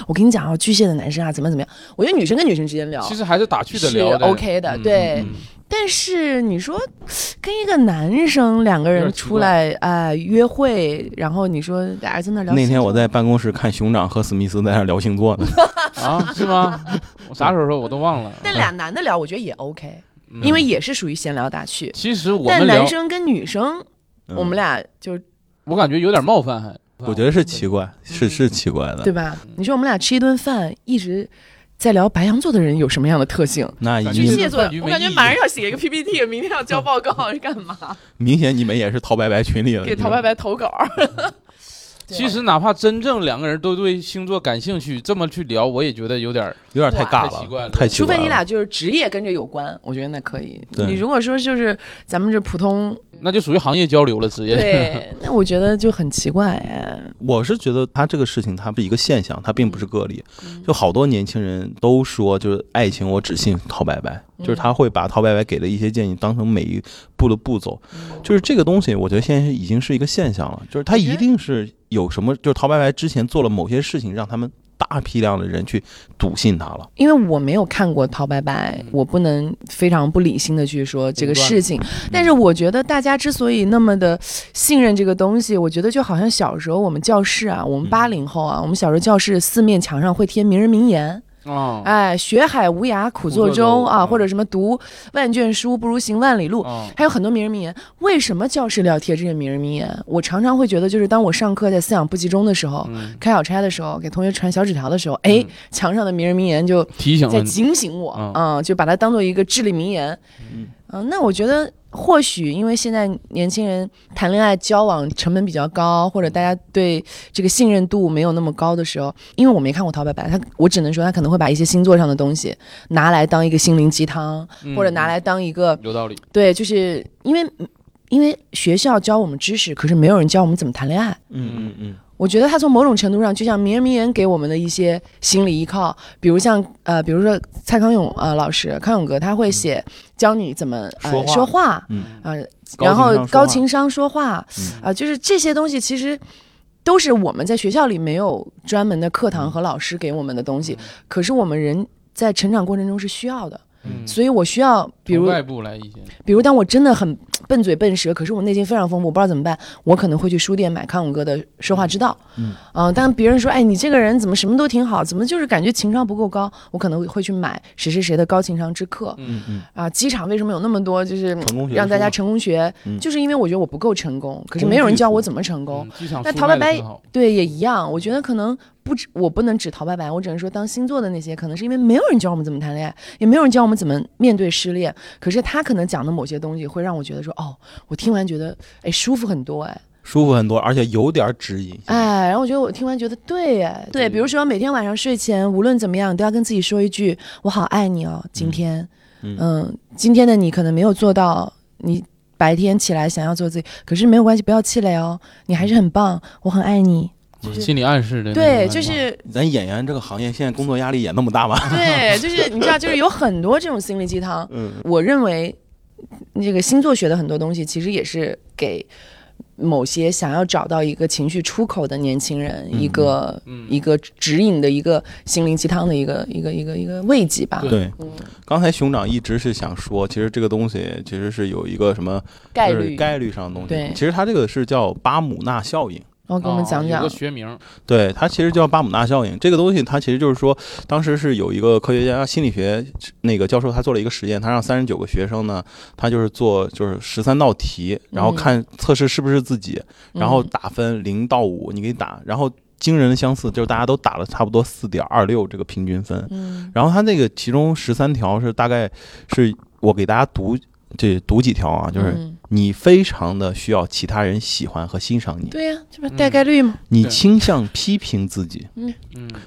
我跟你讲啊，巨蟹的男生啊，怎么怎么样？我觉得女生跟女生之间聊
其实还是打趣的
是
聊的
OK 的，
嗯
对。
嗯
但是你说跟一个男生两个
有
人
点奇
出来啊、哎约会，然后你说俩人在那聊星座，
那天我在办公室看熊掌和史密斯在那聊星座 呢，
啊，是吗？我啥时候说我都忘了。
但俩男的聊，我觉得也 OK，、
嗯
因为也是属于闲聊打趣。
其实我
但
们聊
男，生跟女生，
嗯
我们俩就
我感觉有点冒犯，还
我觉得是奇怪，是是奇怪
嗯
的。
对吧？你说我们俩吃一顿饭，一直在聊白羊座的人有什么样的特性？
那
感
一
觉
巨
是
定
蟹座
嗯，
我感觉马上要写一个 PPT，明 天要交报告，是 干嘛？
明显你们也是陶白白群里的，
给陶白白投稿。
其实哪怕真正两个人都对星座感兴趣，这么去聊，我也觉得有点儿
有点太尬
太奇怪
了，
了
太奇
除
怪
非
了。
你俩就是职业跟这有关，我觉得那可以。
对
你如果说就是咱们这普通，
那就属于行业交流了，直接。
对，那我觉得就很奇怪、哎。
我是觉得他这个事情，它是一个现象，它并不是个例。
嗯
就好多年轻人都说，就是爱情我只信陶白白，
嗯
就是他会把陶白白给的一些建议当成每一步的步骤。
嗯
就是这个东西，我觉得现在是已经是一个现象了，就是他一定是有什么，就是陶白白之前做了某些事情，让他们大批量的人去笃信他了。
因为我没有看过《陶白白》，我不能非常不理性的去说这个事情。但是我觉得大家之所以那么的信任这个东西，我觉得就好像小时候我们教室啊，我们八零后啊，我们小时候教室四面墙上会贴名人名言，
啊
哎，学海无涯苦作
苦作
舟
舟
啊，
嗯
或者什么读万卷书不如行万里路，
啊，
还有很多名人名言。为什么教室里要贴这些名人名言？我常常会觉得，就是当我上课在思想不集中的时候，
嗯
开小差的时候，给同学传小纸条的时候，哎，
嗯
墙上的名人名言就
提醒
在
了你。
警醒我
嗯
啊、就把它当做一个至理名言。
嗯
嗯、那我觉得。或许因为现在年轻人谈恋爱交往成本比较高，或者大家对这个信任度没有那么高的时候，因为我没看过《陶白白》，他我只能说他可能会把一些星座上的东西拿来当一个心灵鸡汤，
嗯
或者拿来当一个
有道理。
对，就是因为因为学校教我们知识，可是没有人教我们怎么谈恋爱。
嗯嗯嗯，
我觉得他从某种程度上，就像名人名言给我们的一些心理依靠，比如像呃，比如说蔡康永呃老师，康永哥他会写教你怎么
嗯
呃
说话
说话，
嗯
啊、
高
然后
情商说话
高情商说话啊、
嗯
就是这些东西其实。都是我们在学校里没有专门的课
嗯
堂和老师给我们的东西，可是我们人在成长过程中是需要的，
嗯，
所以我需要，比
从
如
外部来一些，
比如当我真的很笨嘴笨舌，可是我内心非常丰富，我不知道怎么办，我可能会去书店买康永哥的《说话之道》。
嗯，
啊、当别人说，哎，你这个人怎么什么都挺好，怎么就是感觉情商不够高？我可能会去买谁谁谁的《高情商之课》
嗯嗯，
啊。机场为什么有那么多就是
成功学
让大家
说
成功学？
嗯
就是因为我觉得我不够成功，可是没有人教我怎么成功。
嗯机场
那
出
陶白
卖得
白
挺好
对，也一样。我觉得可能不止，我不能只陶白白，我只能说当星座的那些，可能是因为没有人教我们怎么谈恋爱，也没有人教我们怎么面对失恋。可是他可能讲的某些东西，会让我觉得说，哦，我听完觉得，哎，舒服很多，哎，
舒服很多，而且有点指引。
哎，然后我觉得我听完觉得对耶，对，比如说每天晚上睡前，无论怎么样，都要跟自己说一句“我好爱你哦”。今天，
嗯
嗯，今天的你可能没有做到，你白天起来想要做自己，可是没有关系，不要气馁哦，你还是很棒，我很爱你。就是
心理暗示的那种感
对，
觉。
就是
咱演员这个行业现在工作压力也那么 大吗？
对，就是你知道，就是有很多这种心灵鸡汤。
嗯，
我认为，这个星座学的很多东西，其实也是给某些想要找到一个情绪出口的年轻人、
嗯
一个、
嗯
一个指引的一个心灵鸡汤的一个一个一个一个慰藉吧。
对
嗯。
刚才熊掌一直是想说，其实这个东西其实是有一个什么
概
就是
率，
概率上的东西。
对
其实它这个是叫巴姆纳效应。
然后给我们
哦
讲讲
有个。学名，
对，它其实叫巴姆纳效应。这个东西它其实就是说，当时是有一个科学家心理学那个教授，他做了一个实验，他让三十九个学生呢，他就是做就是十三道题，然后看测试是不是自己，
嗯
然后打分零到五，你给打，然后惊人的相似，就是大家都打了差不多四点二六这个平均分。
嗯，
然后他那个其中十三条是大概是我给大家读这读几条啊，
嗯
就是
嗯
你非常的需要其他人喜欢和欣赏你，
对呀，这
嗯
不是大概率吗？
你
对
倾向批评自己，
嗯，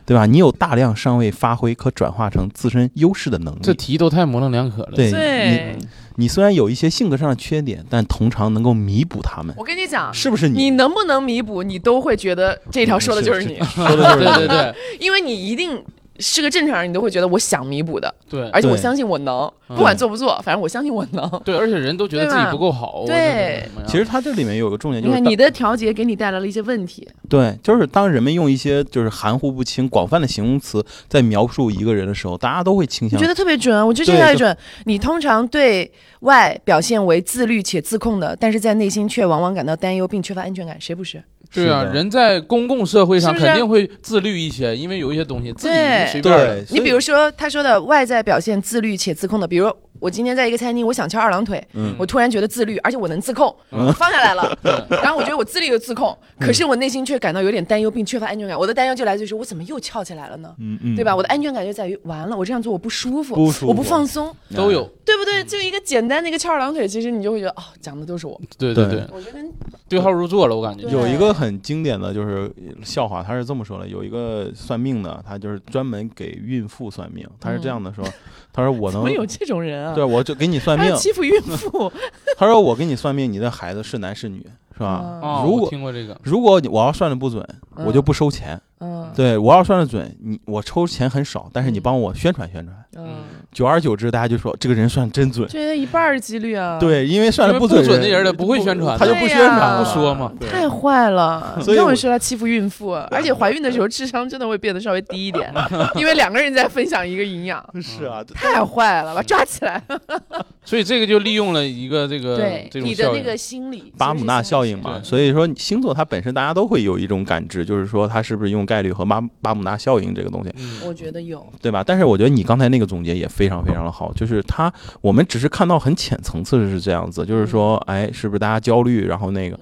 对吧？你有大量尚未发挥可转化成自身优势的能
这
力。
题都太模棱两可了。
对
对，
你虽然有一些性格上的缺点，但通常能够弥补他们，
我跟你讲，
是不是
你
你？
能不能弥补，你都会觉得这条说的就是你，
说的就是你
对对对
因为你一定是个正常人，你都会觉得我想弥补的，
对
而且我
对
相信我能，
嗯
不管做不做，反正我相信我 能。
对，而且人都觉得自己不够好。
对吧
或者怎么样
其实它这里面有个重点，
你
就是
看
当
你的调节给你带来了一些问题，
对，就是当人们用一些就是含糊不清、广泛的形容词在描述一个人的时候，大家都会倾
你
向
觉得特别准啊！我觉得这
对
条也
就
准。你通常对外表现为自律且自控的，但是在内心却往往感到担忧并缺乏安全感，谁不是？
对啊，
是的
人在公共社会上
是不是
肯定会自律一些，因为有一些东西自己
对
随便儿
对，所以
你比如说他说的外在表现自律且自控的，比如我今天在一个餐厅，我想翘二郎腿，
嗯
我突然觉得自律，而且我能自控，
嗯
我放下来了。
的。
嗯
然后我觉得我自律又自控，
嗯
可是我内心却感到有点担忧并缺乏安全感。我的担忧就来自于说，我怎么又翘起来了呢？
嗯嗯，
对吧？我的安全感就在于完了，我这样做我不舒服，
不舒服
我不放松，
嗯
都有，
对不对？就一个简单的一个翘二郎腿，其实你就会觉得哦，讲的都是我。
嗯
对
对
对，
我觉得
对号入座了，我感觉
对。
有一个很经典的就是呃笑话，他是这么说的：有一个算命的，他就是专门给孕妇算命，他是这样的说，他说我
怎
能
么，有这种人啊？
对我就给你算
还
命
要，欺负孕 妇，
他说我给你算命，你的孩子是男是女，是吧？
嗯
哦，
如果
我听过这个，
如果你我要算的不准，
嗯
我就不收钱。
嗯
对我要算的准，你我抽钱很少，但是你帮我宣传宣传，
嗯，
久而久之，大家就说这个人算真准。
这一半儿几率啊。，
对，因为算的
嗯因为
准
不准的人他不会宣传
他就
的
不宣
对
传
呀
了，
不说嘛。
对
太坏了。
所以
跟我
我
说他欺负孕妇，而且怀孕的时候智商真的会变得稍微低一点， 因为两个人在分享一个营养，
是啊，
太坏了，把他抓起来。
所以这个就利用了一个这个
对
这种
你的
效
那个
应。
心理
巴姆纳效应
其
嘛，
实是
所以说星座它本身大家都会有一种感知，就是说它是不是用概率和巴巴姆纳效应这个东西，
嗯，
我觉得有，
对吧？但是我觉得你刚才那个总结也非常非常的好，就是它我们只是看到很浅层次是这样子，
嗯
就是说，哎，是不是大家焦虑，然后那个，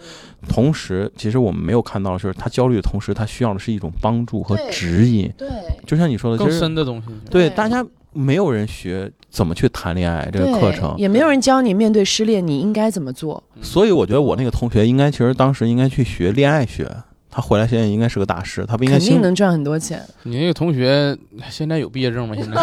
同时其实我们没有看到，就是他焦虑的同时，他需要的是一种帮助和
对
指引，
对
就像你说的，
更
其实
深的东西。
对
对
大家没有人学怎么去谈恋爱这个
对
课程，
也没有人教你面对失恋你应该怎么做。
所以我觉得我那个同学应该，其实当时应该去学恋爱学。他回来现在应该是个大师，他不应该
肯定
兴
能赚很多钱。
你那个同学现在有毕业证吗？现在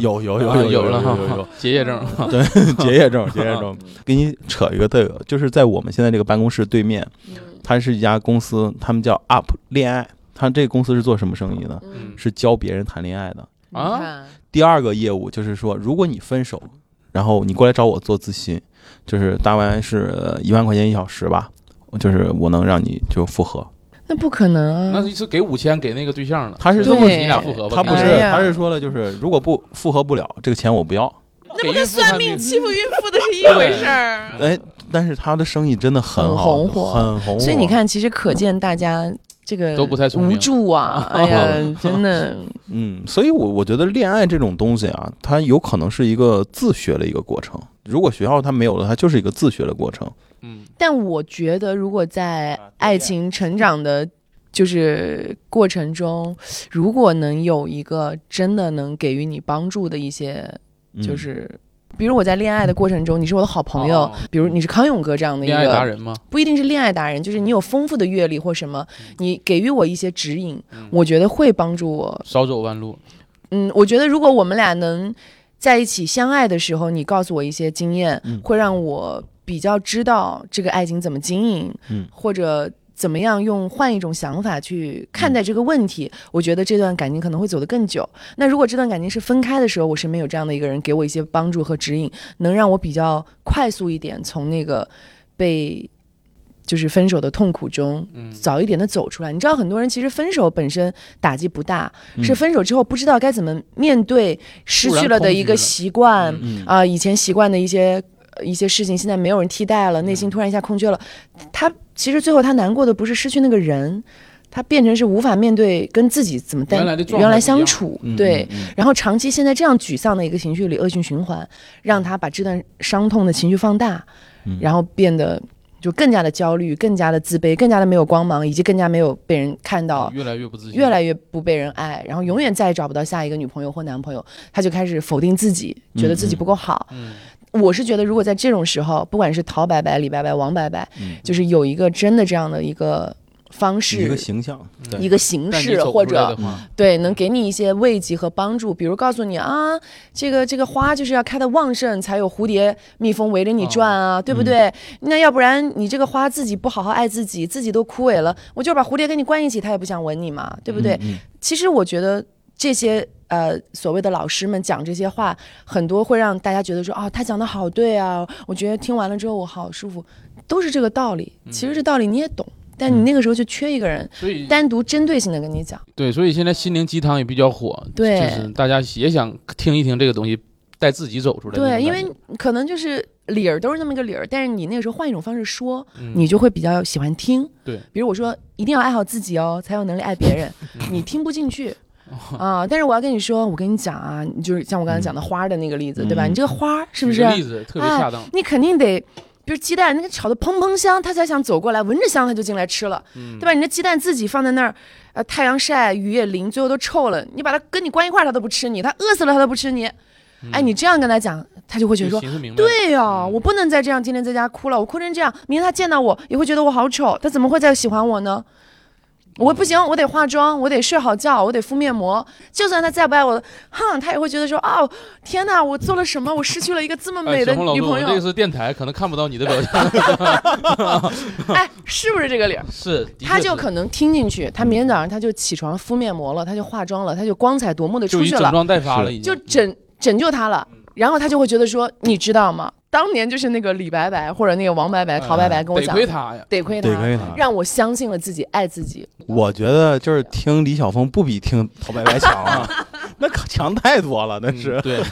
有有
啊有
了
了
哈
哈，结业证。
结业证结业
嗯
证， 给你扯一个这个，就是在我们现在这个办公室对面，
嗯
它是一家公司，他们叫 Up 恋爱，他这个公司是做什么生意呢？
嗯
是教别人谈恋爱的。
嗯
你
啊
看，
第二个业务就是说，如果你分手，然后你过来找我做咨询，就是大概是一万块钱一小时吧，就是我能让你就复合。
那不可能
那
啊！
是给五千给那个对象了，
他是
这么
对
你俩复合吧？
他不是，
哎呀
他是说了，就是如果不复合不了，这个钱我不要。
那不
给孕
跟
妇他
算
那
命
个
欺负孕妇的是一回事儿。
哎，但是他的生意真的很
很
好，
红火
很红火。
所以你，看，其实可见大家这个
都不太聪明
无助 啊！哎呀，真的，
嗯，所以我我觉得恋爱这种东西啊，它有可能是一个自学的一个过程。如果学校它没有了，它就是一个自学的过程。
嗯，
但我觉得如果在爱情成长的。就是过程中，如果能有一个真的能给予你帮助的一些
嗯
就是比如我在恋爱的过程中，你是我的好朋友，
哦
比如你是康永哥这样的一
恋爱达
个，
人吗？
不一定是恋爱达人，就是你有丰富的阅历或什么，你给予我一些指引，
嗯
我觉得会帮助我。
少走弯路，
嗯，我觉得如果我们俩能在一起相爱的时候，你告诉我一些经验，
嗯
会让我比较知道这个爱情怎么经营，
嗯
或者。怎么样用换一种想法去看
嗯
待这个问题？我觉得这段感情可能会走得更久。那如果这段感情是分开的时候，我身边有这样的一个人给我一些帮助和指引，能让我比较快速一点从那个被就是分手的痛苦中
嗯，
早一点的走出来。你知道，很多人其实分手本身打击不大，
嗯
是分手之后不知道该怎么面对失去了的一个习惯
突然空虚
嗯
啊、以前习惯的一些呃一些事情，现在没有人替代了，内
嗯
心突然一下空缺了。他其实最后他难过的不是失去那个人，他变成是无法面对跟自己怎么单
原来的状态
原来
不一样
相处，
嗯
对。
嗯嗯
然后长期现在这样沮丧的一个情绪里，恶性循环，让他把这段伤痛的情绪放大，
嗯
然后变得就更加的焦虑，更加的自卑，更加的没有光芒，以及更加没有被人看到，
越来越不自信，
越来越不被人爱，然后永远再也找不到下一个女朋友或男朋友，他就开始否定自己，觉得自己不够好。
嗯，
我是觉得，如果在这种时候，不管是陶白白、李白白、王白白，
嗯
就是有一个真的这样的一个方式。
一个形象，
对
一个形
但你
式
走不
或
出来
者
的话
对，能给你一些慰藉和帮助，比如告诉你啊，这个这个花就是要开的旺盛，才有蝴蝶、蜜蜂围着你转啊，对不对？那要不然你这个花自己不好好爱自己，自己都枯萎了，我就把蝴蝶跟你关一起，它也不想吻你嘛，对不对？
嗯
其实我觉得这些呃所谓的老师们讲这些话，很多会让大家觉得说啊、他讲的好对啊，我觉得听完了之后我好舒服，都是这个道理。其实这道理你也懂，但你那个时候就缺一个人。
所以
单独针对性的跟你讲，
对，所以现在心灵鸡汤也比较火，
对
就是大家也想听一听这个东西，带自己走出来那种感
对，
觉。
因为可能就是理儿都是那么一个理儿，但是你那个时候换一种方式说，
嗯
你就会比较喜欢听。
对，
比如我说一定要爱好自己哦，才有能力爱别 人，你听不进去。
哦
啊、但是我要跟你说，我跟你讲啊，你就是像我刚才讲的花儿的那个例子，对吧？
嗯
你这个花儿是啊不
举
是
个？例子特别恰当，
你肯定得，比如鸡蛋，那个炒的砰砰香，它才想走过来，闻着香它就进来吃了，
嗯
对吧？你这鸡蛋自己放在那儿，呃，太阳晒，雨也淋，最后都臭了。你把它跟你关一块儿，它都不吃你，它饿死了它都不吃你。哎，你这样跟他讲，他就会觉得
嗯就
说。
形式明白了，
对呀、
嗯
我不能再这样天天在家哭了。我哭成这样，明天他见到我也会觉得我好丑，他怎么会再喜欢我呢？我不行，我得化妆，我得睡好觉，我得敷面膜。就算他再不爱我，哼，他也会觉得说，哦，天哪，我做了什么？我失去了一个这么
哎
美的
小红老
女
师我
朋
们这
友
个，是电台，可能看不到你的 表情，
哎，是不是这个理儿？
是，的确
他就是可能听进去，他明天早上他就起床敷面膜了，他就化妆了，他就光彩夺目的
就
出
已
去
整
了，
装待发了，已
就
经
拯拯救他了。然后他就会觉得说，你知道吗？当年就是那个李白白或者那个王白白、陶白白跟我
呃得
讲的，
亏他 呀，
得亏他，
得亏他。
让我相信了自己，爱自己。
我觉得就是听李晓峰不比听陶白白强 啊， 那可强太多了，那
嗯
是
对，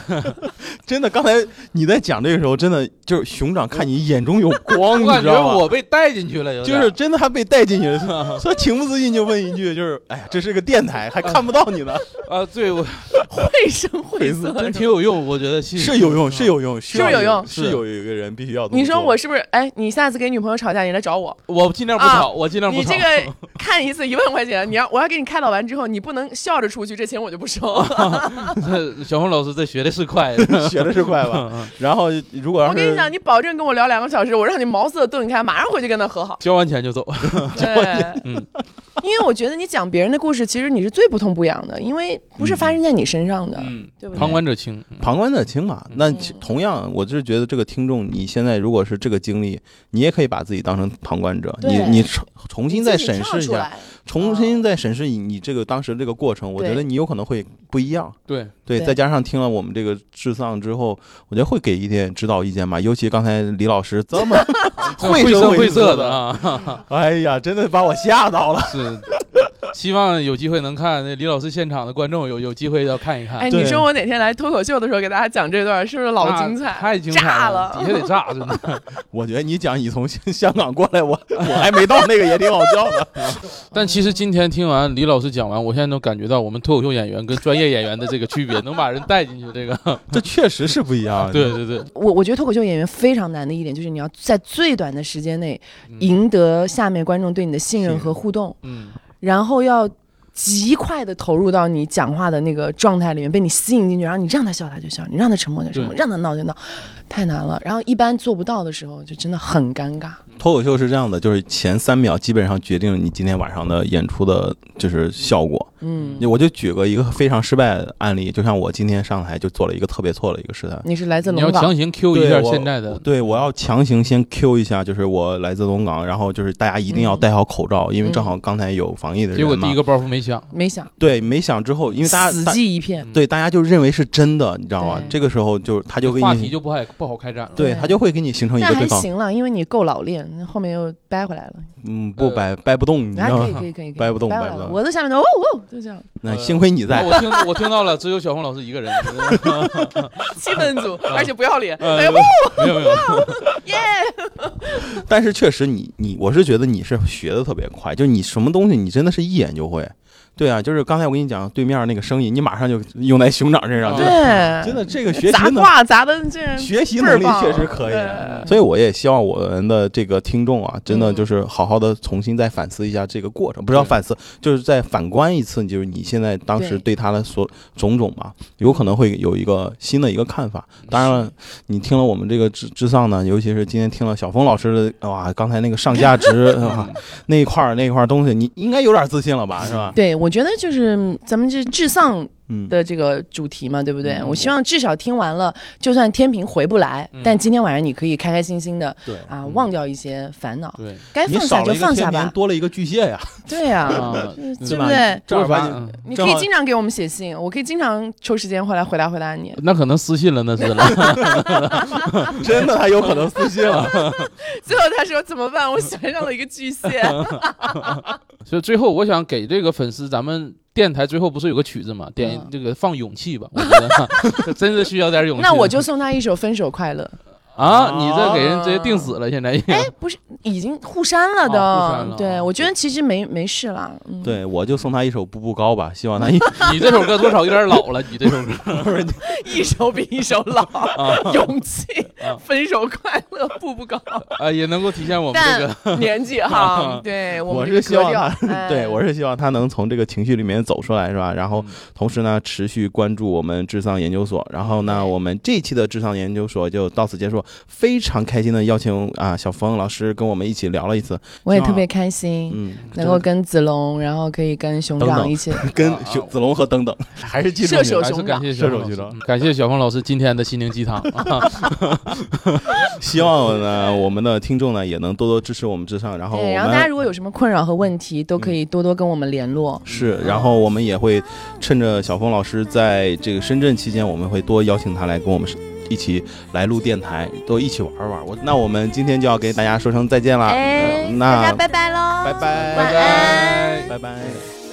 真的。刚才你在讲这个时候，真的就是熊掌看你眼中有 光，
我
你
感
知
觉
道吗？
我被带进去了，有
就
点
是真的还被带进去 了，所以情不自禁就问一句，就是哎呀，这是个电台，还看不到你呢，
啊，对我
绘声 绘色。
真挺有用，我觉得嗯其实
是有用，是有用，需要
有用
嗯是有一个人必须要这么
你说
做
我是不是？哎，你下次跟女朋友吵架，你来找我。
我尽量不
啊
吵，我尽量不
你
吵
这。个看一次一万块钱，你要我要给你开导完之后，你不能笑着出去，这钱我就不收。
小红老师这学的是快，
学的是快吧？然后如果要
我跟你
是
讲，你保证跟我聊两个小时，我让你茅塞顿开，马上回去跟他和 好。
交完钱就走。
对，
嗯
因为我觉得你讲别人的故事，其实你是最不痛不痒的，因为不是发生在你身上的，
嗯，
对不对？
旁观者清，嗯
旁观者清嘛，那
嗯
其同样，我就是觉得这个听众，你现在如果是这个经历，你也可以把自己当成旁观者，你
对
你重重新再
你自己
审
跳
视一
出
下，
来，嗯
重新再审视你你这个当时这个过程，我觉
对
得你有可能会不一样。
对，
对，
对
再加上听了我们这个智丧之后，我觉得会给一点指导意见吧。尤其刚才李老师这 么绘
绘
声
声
绘
绘
色
色
的
的啊。
哎呀，真的把我吓到了。
是，希望有机会能看那李老师现场的观众有有机会要看一看。
哎，
对
你说我哪天来脱口秀的时候给大家讲这段，是不是老精
那
彩？
啊太精
炸
彩
了
底下得炸，真的。
我觉得你讲你从香 香港过来，我我还没到那个也挺好笑的。
但其实今天听完李老师讲完，我现在能感觉到我们脱口秀演员跟专业演员的这个区别，能把人带进去。这个，
这确实是不一 样。
对对对，
我我觉得脱口秀演员非常难的一点就是你要在最短的时间内
嗯
赢得下面观众对你的信任
信任
和互动，
嗯，
然后要极快的投入到你讲话的那个状态里面，被你吸引进去，然后你让他笑他就笑，你让他沉默就沉默，
对
让他闹就闹，太难了。然后一般做不到的时候，就真的很尴尬。
脱口秀是这样的，就是前三秒基本上决定了你今天晚上的演出的，就是效果。
嗯，
我就举个一个非常失败的案例，就像我今天上台就做了一个特别错的一个试探。
你是来自
你要
龙岗，
强行 Q 一
对
下
我
现在的，
对，我要强行先 Q 一下，就是我来自龙岗，然后就是大家一定要戴好口罩，因为正好刚才有防疫的
结果
人嘛。
第一个包袱没抢，
没想，
对，没想之后，因为大家
死
大
寂一片。
对大家就认为是真的，你知道吗
对？
这个时候就他就给
话题
你
就不好不好开展了。
对
对
他就会给你形成一
那
个
还
对抗，
行了，因为你够老练，那后面又掰回来了，
嗯，不掰掰不动，你知
呃还
道
可以
吗？
可以可以，可以
掰不动
掰
掰不动
我在下面的哦哦，就这样，
那幸亏你在，
我听我听到了，只有小红老师一个 人，
气氛 组，
啊
而且不要脸，
呃
哎呦
没有没有，
但是确实你你我是觉得你是学的特别快，就是你什么东西你真的是一眼就会。对啊，就是刚才我跟你讲对面那个声音，你马上就用在熊掌身上，
啊
真的
哦对，
真的这个学习
砸
能
挂砸的这样
学习
倍儿
能力
棒
确实可以。啊
对
所以我也希望我们的这个听众啊，真的
嗯
就是好好的重新再反思一下这个过程，不是要
对
反思，就是再反观一次，就是你现在当时对他的所种种嘛，有可能会有一个新的一个看法。当然了，你听了我们这个之之上呢，尤其是今天听了小峰老师的哇，刚才那个上价 值啊那一块儿那一块儿东西，你应该有点自信了吧，是吧？
对，我觉得就是嗯咱们这至丧
嗯，
的这个主题嘛，对不对？
嗯
我希望至少听完了，就算天平回不来，
嗯
但今天晚上你可以开开心心的
对。
啊，忘掉一些烦恼，
对，
该
嗯你
哎放下
少
就
了一个
放下
天平，
吧。
多了一个巨蟹呀，
对呀、
啊
对
对
不
吧
对？
正儿八经
嗯
你
正
可以
好
经常给我们写信，我可以经常抽时间回来回答回答你。
那可能私信了，那是了。
真的他有可能私信 了。
最后他说怎么办？我喜欢上了一个巨 蟹，
所以最后我想给这个粉丝，咱们电台最后不是有个曲子嘛，点
嗯
这个放勇气吧，我觉得 这真是需要点勇气。
那我就送他一首《分手快乐
嗯
啊，你这给人直接定死了，现在已经》。
哎，不是，已经互删了的。
哦
啊互删了
对，
啊
我觉得其实没没事啦。嗯，
对，我就送他一首《步步高》吧，希 望他一
你这首歌多少有点老了，你这首歌
一首比一首老，勇气
啊，
分手快乐，步步 高，
啊也能够体现我们这个
但年纪哈，对我
啊我
们
是希
这个
望
格调，
嗯
他， 对我是希望他能从这个情绪里面走出来，是吧？然后
嗯
同时呢，持续关注我们智丧研究所。然后呢，
对
我们这一期的智丧研究所就到此结束。非常开心的邀请啊，小峰老师跟我们一起聊了一次，
我也
希望
特别开心。
嗯，
能够跟子龙，然后可以跟熊
等
掌
等
一 起，
跟
啊
熊子龙和等等，还是记住
射
你
手
还是
熊
感
掌
谢小
射手
红
局
老师
长
嗯感谢小红老师今天的心灵鸡汤啊，
希望呢，我们的听众呢也能多多支持我们智丧。然后我
对，然后大家
们
如果有什么困扰和问题，都可以多多跟我们联络。
是，然后我们也会趁着小峰老师在这个深圳期间，我们会多邀请他来跟我们一起来录电台，多一起玩玩。我那我们今天就要给大家说声再见了，嗯
哎，大
那
家拜拜喽，
拜拜，
晚安。
拜拜。